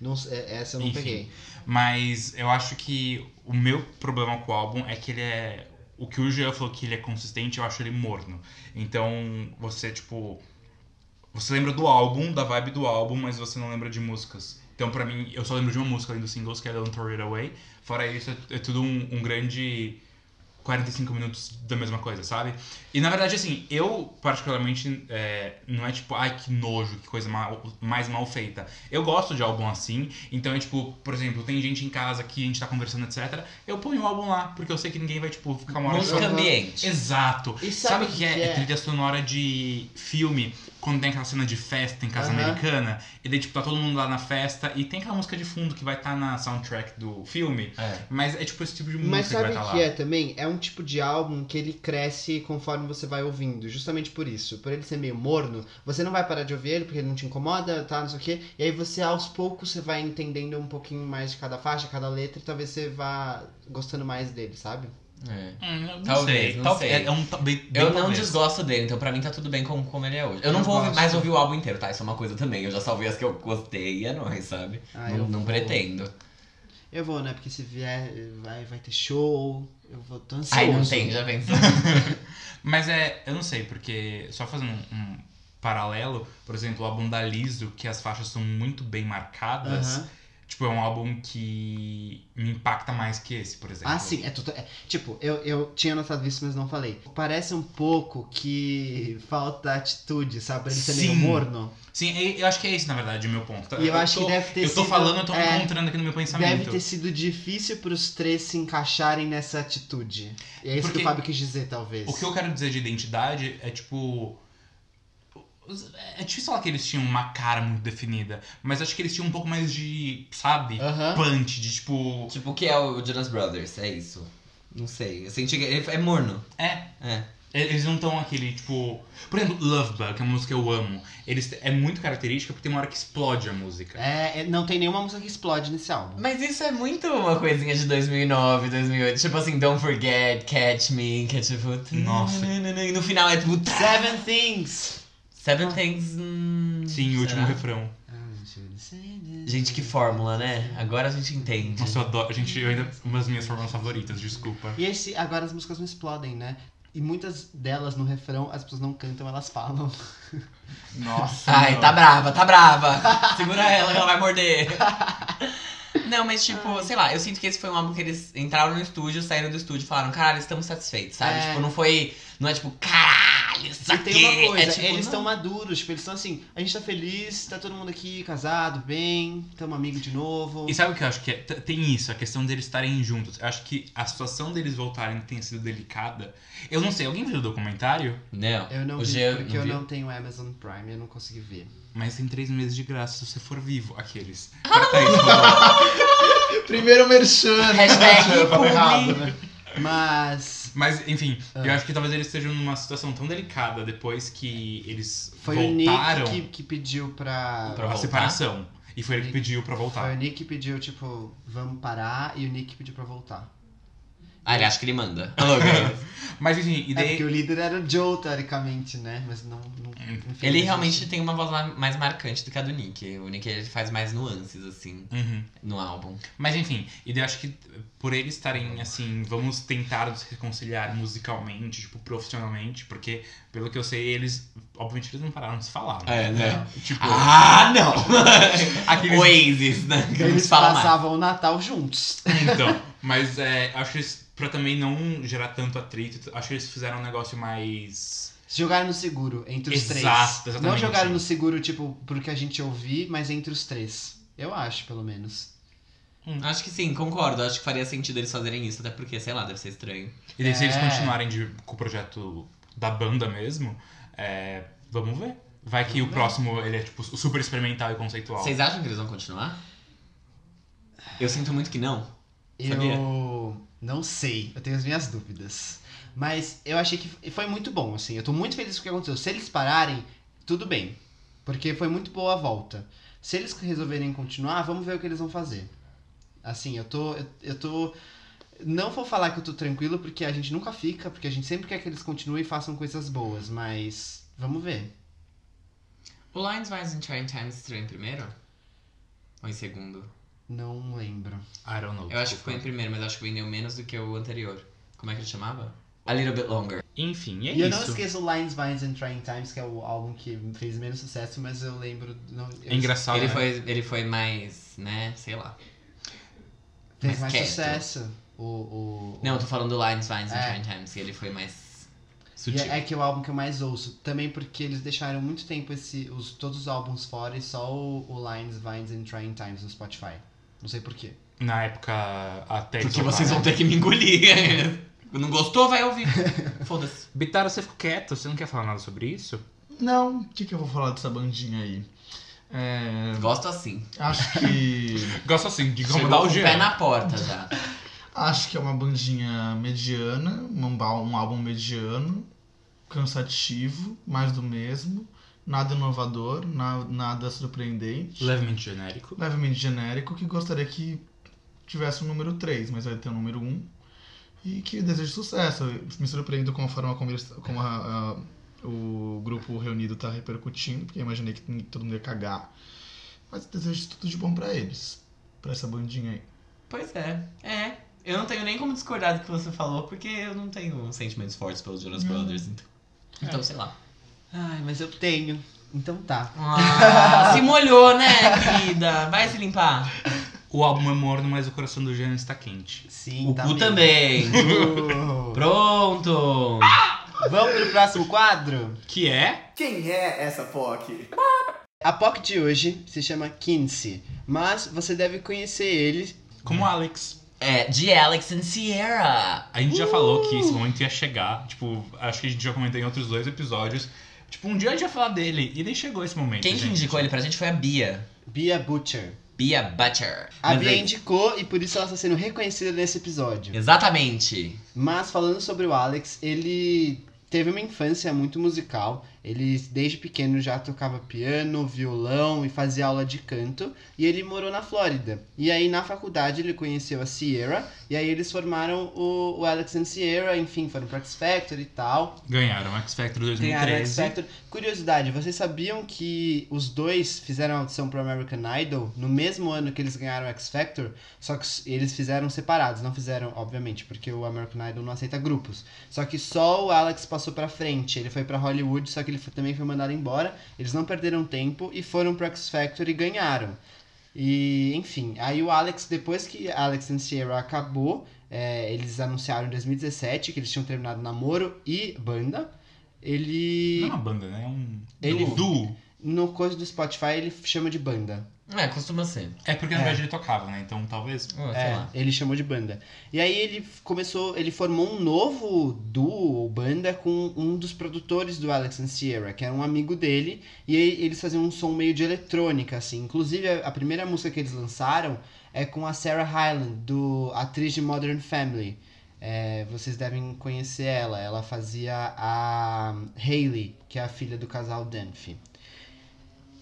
Não, s- é- essa eu não Enfim. peguei. Mas eu acho que o meu problema com o álbum é que ele é. O que o Jean falou que ele é consistente, eu acho ele morno. Então, você, tipo. Você lembra do álbum, da vibe do álbum, mas você não lembra de músicas. Então, pra mim, eu só lembro de uma música além dos singles, que é Don't Throw It Away. Fora isso, é, é tudo um, um grande 45 minutos da mesma coisa, sabe? E na verdade, assim, eu particularmente é, não é tipo, ai que nojo, que coisa mal- mais mal feita. Eu gosto de álbum assim, então é tipo, por exemplo, tem gente em casa que a gente tá conversando, etc. Eu ponho o álbum lá, porque eu sei que ninguém vai, tipo, ficar uma hora Música chorando. ambiente. Exato. E sabe Sabe o que, é? É trilha sonora de filme, quando tem aquela cena de festa em casa Aham. americana, e daí, tipo, tá todo mundo lá na festa, e tem aquela música de fundo que vai estar tá na soundtrack do filme, É. mas é tipo esse tipo de música Mas sabe que o vai tá estar que lá. é também? É um tipo de álbum que ele cresce conforme você vai ouvindo. Justamente por isso. Por ele ser meio morno, você não vai parar de ouvir ele porque ele não te incomoda, tá? Não sei o quê. E aí você, aos poucos, você vai entendendo um pouquinho mais de cada faixa, cada letra, e talvez você vá gostando mais dele, sabe? É. Hum, eu não Talvez, sei. não Tal- sei. É, é um ta- bem, bem Eu não talvez. desgosto dele, então pra mim tá tudo bem como, como ele é hoje. Eu não Eu vou ouvir- gosto. mais ouvir o álbum inteiro, tá? Isso é uma coisa também. Eu já salvei as que eu gostei e é nóis, sabe? Ah, não eu não vou- pretendo. Eu vou, né? Porque se vier, vai, vai ter show. Eu vou, tô ansioso. Ai, não tem, já pensou. Mas é, eu não sei, porque só fazendo um, um paralelo, por exemplo, o álbum da Liso, que as faixas são muito bem marcadas, Aham. tipo, é um álbum que me impacta mais que esse, por exemplo. Ah, sim. É tota- é, tipo, eu, eu tinha notado isso, mas não falei. Parece um pouco que falta atitude, sabe? Pra ele ser meio Sim. morno. Sim, e- eu acho que é esse, na verdade, o meu ponto. E eu, acho tô, que deve ter Eu sido. tô falando, eu tô é, encontrando aqui no meu Deve pensamento. ter sido difícil pros três se encaixarem nessa atitude. E é isso que Porque- o Fábio quis dizer, talvez. O que eu quero dizer de identidade é tipo. os- É difícil falar que eles tinham uma cara muito definida, mas acho que eles tinham um pouco mais de, sabe, Aham. punch, de tipo. tipo, o que é o Jonas Brothers? É isso. Não sei. Eu senti que ele é morno. É. É. E- Eles não estão aquele, tipo. Por exemplo, Love Bug, que é uma música que eu amo. Eles t- é muito característica porque tem uma hora que explode a música. É, é, não tem nenhuma música que explode nesse álbum. Mas isso é muito uma coisinha de 2009, 2008. Tipo assim, Don't Forget, Catch Me, que é tipo... Nossa. E no final é tipo... Seven Things! Seven Things... hum, Sim, o último será? refrão. Gente, que fórmula, né? Agora a gente entende. Nossa, eu adoro. Gente, eu ainda. Uma das minhas formas favoritas, desculpa. E esse, agora as músicas não explodem, né? E muitas delas no refrão, as pessoas não cantam, elas falam. Nossa. tá Ai, tá brava, tá brava. Segura ela que ela vai morder. Não, mas tipo, sei lá, eu sinto que esse foi um álbum que eles entraram no estúdio, saíram do estúdio e falaram, caralho, estamos satisfeitos, sabe? É. Tipo, não foi. Não é tipo, caralho, isso E aqui. tem uma coisa, é, tipo, eles não. estão maduros, tipo, eles estão assim, a gente tá feliz, tá todo mundo aqui casado, bem, tamo amigo de novo. E sabe o que eu acho que é? T- Tem isso, a questão deles estarem juntos. Eu acho que a situação deles voltarem tenha sido delicada. Eu não sei, alguém viu o documentário? Não. Eu não vi O Jean porque não eu viu? não tenho Amazon Prime, eu não consegui ver. Mas tem três meses de graça se você for vivo, aqueles. Corta isso, Paulo. Primeiro merchan, né? Hashtag Falei errado, publi. né? Mas Mas, enfim, eu acho que talvez eles estejam numa situação tão delicada depois que eles foi voltaram o Nick que, que pediu pra. pra voltar? a separação. E foi ele que pediu pra Foi o voltar. Nick que pediu, tipo, vamos parar, e o Nick pediu pra voltar. Ah, ele acha que ele manda. Alô, guys. Mas, enfim, e É daí. porque o líder era o Joe, teoricamente, né? Mas não. não enfim, É, ele mas realmente isso- tem uma voz ma- mais marcante do que a do Nick. O Nick ele faz mais nuances, assim, Uhum. no álbum. Mas enfim, e daí eu acho que por eles estarem assim, vamos tentar nos reconciliar musicalmente, tipo, profissionalmente, porque pelo que eu sei, eles. Obviamente eles não pararam de se falar. né? né? Tipo, Ah, não! Aqueles- Oasis, né? Que não se Eles fala mais. passavam o Natal juntos. então. Mas é, acho que eles, pra também não gerar tanto atrito, acho que eles fizeram um negócio mais. Jogaram no seguro, entre os Exato, três. exatamente, Não jogaram sim. no seguro, tipo, porque a gente ouvir, mas entre os três. Eu acho, pelo menos. Acho que sim, concordo. Acho que faria sentido eles fazerem isso, até porque, sei lá, deve ser estranho. E daí se eles É. continuarem de- com o projeto da banda mesmo, é, vamos ver. Vai que o próximo ele é tipo super experimental e conceitual. Vocês acham que eles vão continuar? Eu sinto muito que não. Sabia? Eu não sei, eu tenho as minhas dúvidas. Mas eu achei que foi muito bom, assim. Eu tô muito feliz com o que aconteceu. Se eles pararem, tudo bem. Porque foi muito boa a volta. Se eles resolverem continuar, vamos ver o que eles vão fazer. Assim, eu tô. Eu, eu tô. Não vou falar que eu tô tranquilo, porque a gente nunca fica, porque a gente sempre quer que eles continuem e façam coisas boas, mas. Vamos ver. O Lions Rise in Trying Times estreou em primeiro? Ou em segundo? Não lembro. I don't know. Eu acho que ficou em primeiro, mas acho que vendeu menos do que o anterior. Como é que ele chamava? A Little Bit Longer. Enfim, é E eu não isso. esqueço Lines, Vines and Trying Times, que é o álbum que fez menos sucesso, mas eu lembro. Não, eu É engraçado. ele, né? foi, ele foi mais, né, sei lá. Fez Mas mais quieto. sucesso. O, o, Não, eu tô falando do Lines, Vines É. and Trying Times, que ele foi mais e sutil. é, é que é o álbum que eu mais ouço. Também porque eles deixaram muito tempo esse, os, todos os álbuns fora e só o, o Lines, Vines and Trying Times no Spotify. Não sei porquê. Na época até. né? Porque vocês vão ter que me engolir. Não gostou, vai ouvir. Foda-se. Bitara, você ficou quieto, você não quer falar nada sobre isso? Não, o que, que eu vou falar dessa bandinha aí? É, Gosto assim. acho que. Gosto assim, de Chegou incomodar com o o Jean. pé na porta já. Acho que é uma bandinha mediana, um, ba- um álbum mediano, cansativo, mais do mesmo, nada inovador, na- nada surpreendente, Levemente genérico. levemente genérico, que gostaria que tivesse um número 3, mas vai ter um número 1. E que desejo sucesso. Eu me surpreendo com a forma como, eles- como a- a- o grupo reunido tá repercutindo, porque eu imaginei que todo mundo ia cagar. Mas desejo tudo de bom pra eles, pra essa bandinha aí. Pois é. É. Eu não tenho nem como discordar do que você falou, porque eu não tenho sentimentos fortes pelos Jonas Brothers. Então, então sei lá. Ai, mas eu tenho. Então tá. Ah, se molhou, né, querida? Vai se limpar. O álbum é morno, mas o coração do Jean está quente. Sim, o tá. cu mesmo. também. Uh, Pronto. Vamos pro próximo quadro? Que é? Quem é essa POC? A POC de hoje se chama Kinsey, mas você deve conhecer ele. Como o Alex. É, de Alex and Sierra. A gente já falou que Uh! esse momento ia chegar. Tipo, acho que a gente já comentou em outros dois episódios. Tipo, um dia a gente ia falar dele. E daí chegou esse momento. Quem que gente. indicou ele pra gente foi a Bia. Bia Butcher. Bia Butcher. A Mas Bia é- indicou e por isso ela está sendo reconhecida nesse episódio. Exatamente. Mas falando sobre o Alex, ele teve uma infância muito musical. Ele desde pequeno já tocava piano, violão e fazia aula de canto. E ele morou na Flórida. E aí na faculdade ele conheceu a Sierra. E aí eles formaram o, o Alex and Sierra. Enfim, foram pro X Factor e tal. Ganharam o X Factor Ganharam o X 2013. Factor. Curiosidade, vocês sabiam que os dois fizeram audição pro American Idol no mesmo ano que eles ganharam o X Factor? Só que s- eles fizeram separados, não fizeram, obviamente, porque o American Idol não aceita grupos. Só que só o Alex passou pra frente, ele foi pra Hollywood, só que ele foi- também foi mandado embora. Eles não perderam tempo e foram pro X Factor e ganharam. E, enfim, aí o Alex, depois que Alex and Sierra acabou, é, eles anunciaram em 2017 que eles tinham terminado namoro e banda. Ele. Não é uma banda, né? É um Ele- duo. No coisa do Spotify ele chama de banda. É, costuma ser. É porque na verdade ele tocava, né? Então talvez. Ah, sei É, lá. ele chamou de banda. E aí ele começou, ele formou um novo duo ou banda com um dos produtores do Alex and Sierra, que era um amigo dele, e aí eles faziam um som meio de eletrônica, assim. Inclusive, a a primeira música que eles lançaram é com a Sarah Hyland, do atriz de Modern Family. É, vocês devem conhecer ela. Ela fazia a Hayley, que é a filha do casal Dunphy.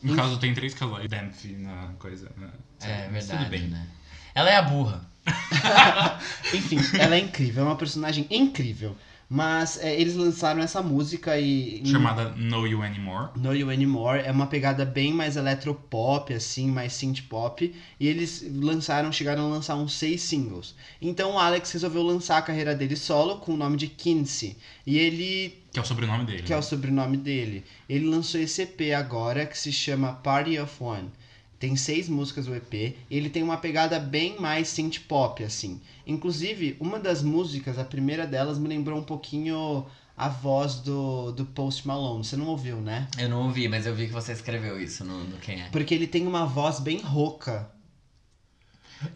No caso, tem três casais. Dempsey na coisa. Né? É, Mas verdade, Tudo bem. né? Ela é a burra. Enfim, ela é incrível, é uma personagem incrível. Mas é, eles lançaram essa música e. Chamada Know You Anymore. No You Anymore é uma pegada bem mais eletropop, assim, mais synth pop. E eles lançaram, chegaram a lançar uns seis singles. Então o Alex resolveu lançar a carreira dele solo com o nome de Kinsey. E ele Que é o sobrenome dele. que é o sobrenome dele. Ele lançou esse EP agora que se chama Party of One. Tem seis músicas o EP e ele tem uma pegada bem mais synth pop, assim. Inclusive, uma das músicas, a primeira delas, me lembrou um pouquinho a voz do, do Post Malone. Você não ouviu, né? Eu não ouvi, mas eu vi que você escreveu isso no, no Quem É. Porque ele tem uma voz bem rouca.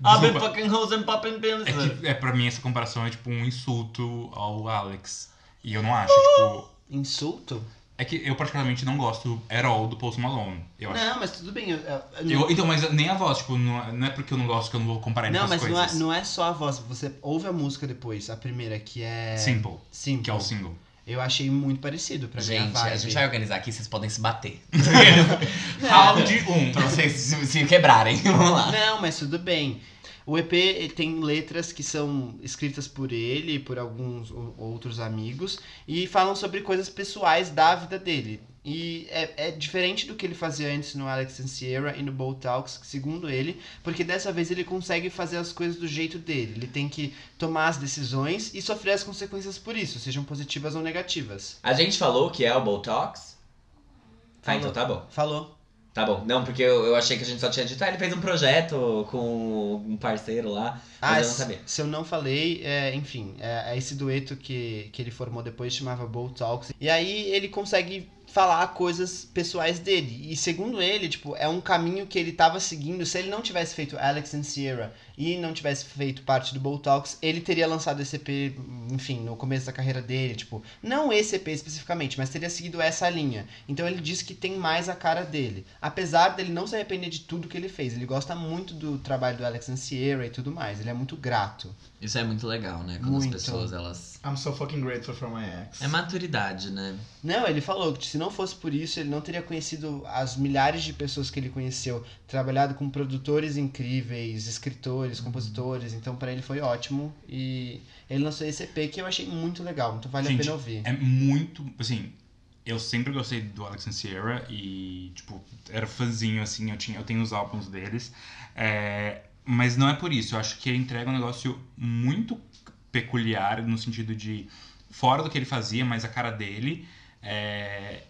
Ah, I've Desculpa. been fucking hoes and popping pills. É que, é, pra mim, essa comparação é tipo um insulto ao Alex. E eu não acho, tipo. Insulto? É que eu particularmente não gosto at all do Post Malone. Eu acho. Não, mas tudo bem. eu- eu- eu não- Eu- então, mas nem a voz, tipo, não é, não é porque eu não gosto que eu não vou comparar ele não, com as mas não coisas. é, não é só a voz. Você ouve a música depois, a primeira, que é. Simple, Sim. que é o single. Eu achei muito parecido pra mim. Gente, a vibe. gente vai organizar aqui, vocês podem se bater. É. Round 1. pra vocês se, se quebrarem. Vamos lá. Não, mas tudo bem. O EP ele tem letras que são escritas por ele e por alguns o- outros amigos e falam sobre coisas pessoais da vida dele. E é, é diferente do que ele fazia antes no Alex and Sierra e no Bold Talks, segundo ele, porque dessa vez ele consegue fazer as coisas do jeito dele. Ele tem que tomar as decisões e sofrer as consequências por isso, sejam positivas ou negativas. A gente falou que é o Botox. Ah, Falou. então tá bom. Falou. Tá bom. Não, porque eu, eu achei que a gente só tinha dito. Ah, ele fez um projeto com um parceiro lá. Ah, Mas eu não se- sabia. se eu não falei, é, enfim, é, é esse dueto que, que ele formou depois chamava Bowl Talks. E aí ele consegue falar coisas pessoais dele. E segundo ele, tipo, é um caminho que ele tava seguindo. Se ele não tivesse feito Alex and Sierra e não tivesse feito parte do Bowl Talks, ele teria lançado esse EP, enfim, no começo da carreira dele, tipo, não esse EP especificamente, mas teria seguido essa linha. Então ele diz que tem mais a cara dele. Apesar dele não se arrepender de tudo que ele fez. Ele gosta muito do trabalho do Alex and Sierra e tudo mais. Ele é muito grato. Isso é muito legal, né? Quando as Muito. pessoas, elas... I'm so fucking grateful for my ex. É maturidade, né? Não, ele falou que se não fosse por isso, ele não teria conhecido as milhares de pessoas que ele conheceu, trabalhado com produtores incríveis, escritores, compositores, então pra ele foi ótimo e ele lançou esse EP que eu achei muito legal, então vale Gente, a pena ouvir. É muito, assim, eu sempre gostei do Alex and Sierra e, tipo, era fãzinho, assim, eu, tinha, eu tenho os álbuns deles. É, mas não é por isso, eu acho que ele entrega um negócio muito peculiar, no sentido de fora do que ele fazia, mas a cara dele. É,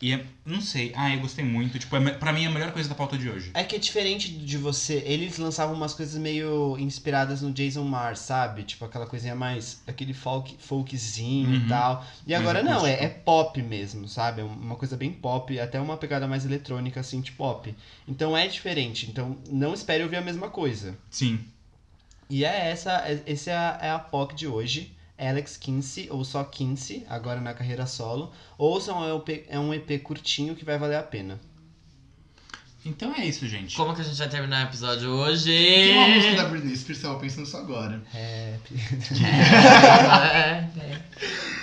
e é, não sei, ah, eu gostei muito, tipo, é, me- pra mim é a melhor coisa da pauta de hoje. É que é diferente de você. Eles lançavam umas coisas meio inspiradas no Jason Mars, sabe? Tipo aquela coisinha mais. aquele folk, folkzinho Uhum. e tal. E Mais agora não, é, acústico. é pop mesmo, sabe? É uma coisa bem pop, até uma pegada mais eletrônica, assim, de pop. Então é diferente. Então não espere ouvir a mesma coisa. Sim. E é essa, é- esse é a, é a POC de hoje. Alex 15 ou só 15, agora na carreira solo. Ouçam, é um EP é um EP curtinho que vai valer a pena. Então é isso, gente. Como que a gente vai terminar o episódio hoje? Tem uma música da Britney Spears que eu tava pensando só agora. É. É.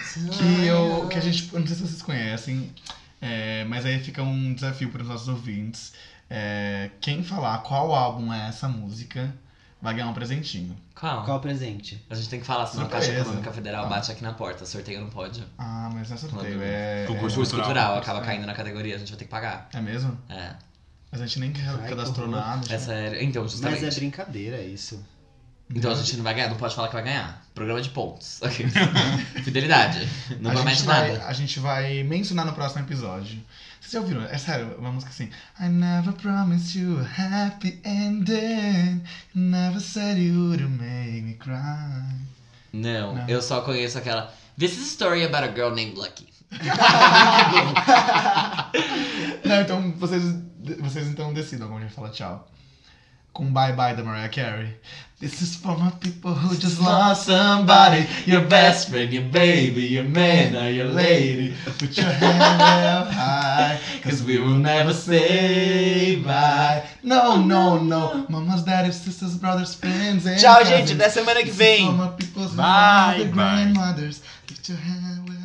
Que, eu, que a gente, eu não sei se vocês conhecem, é, mas aí fica um desafio para os nossos ouvintes. É, quem falar qual álbum é essa música vai ganhar um presentinho. Qual? Qual o presente? A gente tem que falar, senão a Caixa Surpresa. Econômica Federal Ah. bate aqui na porta. Sorteio não pode. Ah, mas não é sorteio, Claro. é. Concurso é, Curso cultural cultural. acaba caindo na categoria, a gente vai ter que pagar. É mesmo? É, Mas a gente nem quer Ai, que cadastrar horror. nada. é sério. Então, Mas é justamente. brincadeira isso. Então a gente não vai ganhar, não pode falar que vai ganhar. Programa de pontos. Ok. Fidelidade. Não a promete gente nada. vai- a gente vai mencionar no próximo episódio. Vocês já ouviram? É sério, uma música assim. I never promised you a happy ending. Never said you would make me cry. Não, Não. eu só conheço aquela. This is a story about a girl named Lucky. Não, então vocês, vocês então decidam como a gente fala tchau. Com Bye Bye da Mariah Carey. This is for my people who just lost somebody. Your best friend, your baby, your man or your lady. Put your hand up high, cause we will never say bye. No, no, no. Mamas, daddies, sisters, brothers, friends and Tchau, gente. cousins. Até semana que This is vem. for my peoples, my Bye, mother, bye. grandmothers. Put your hand up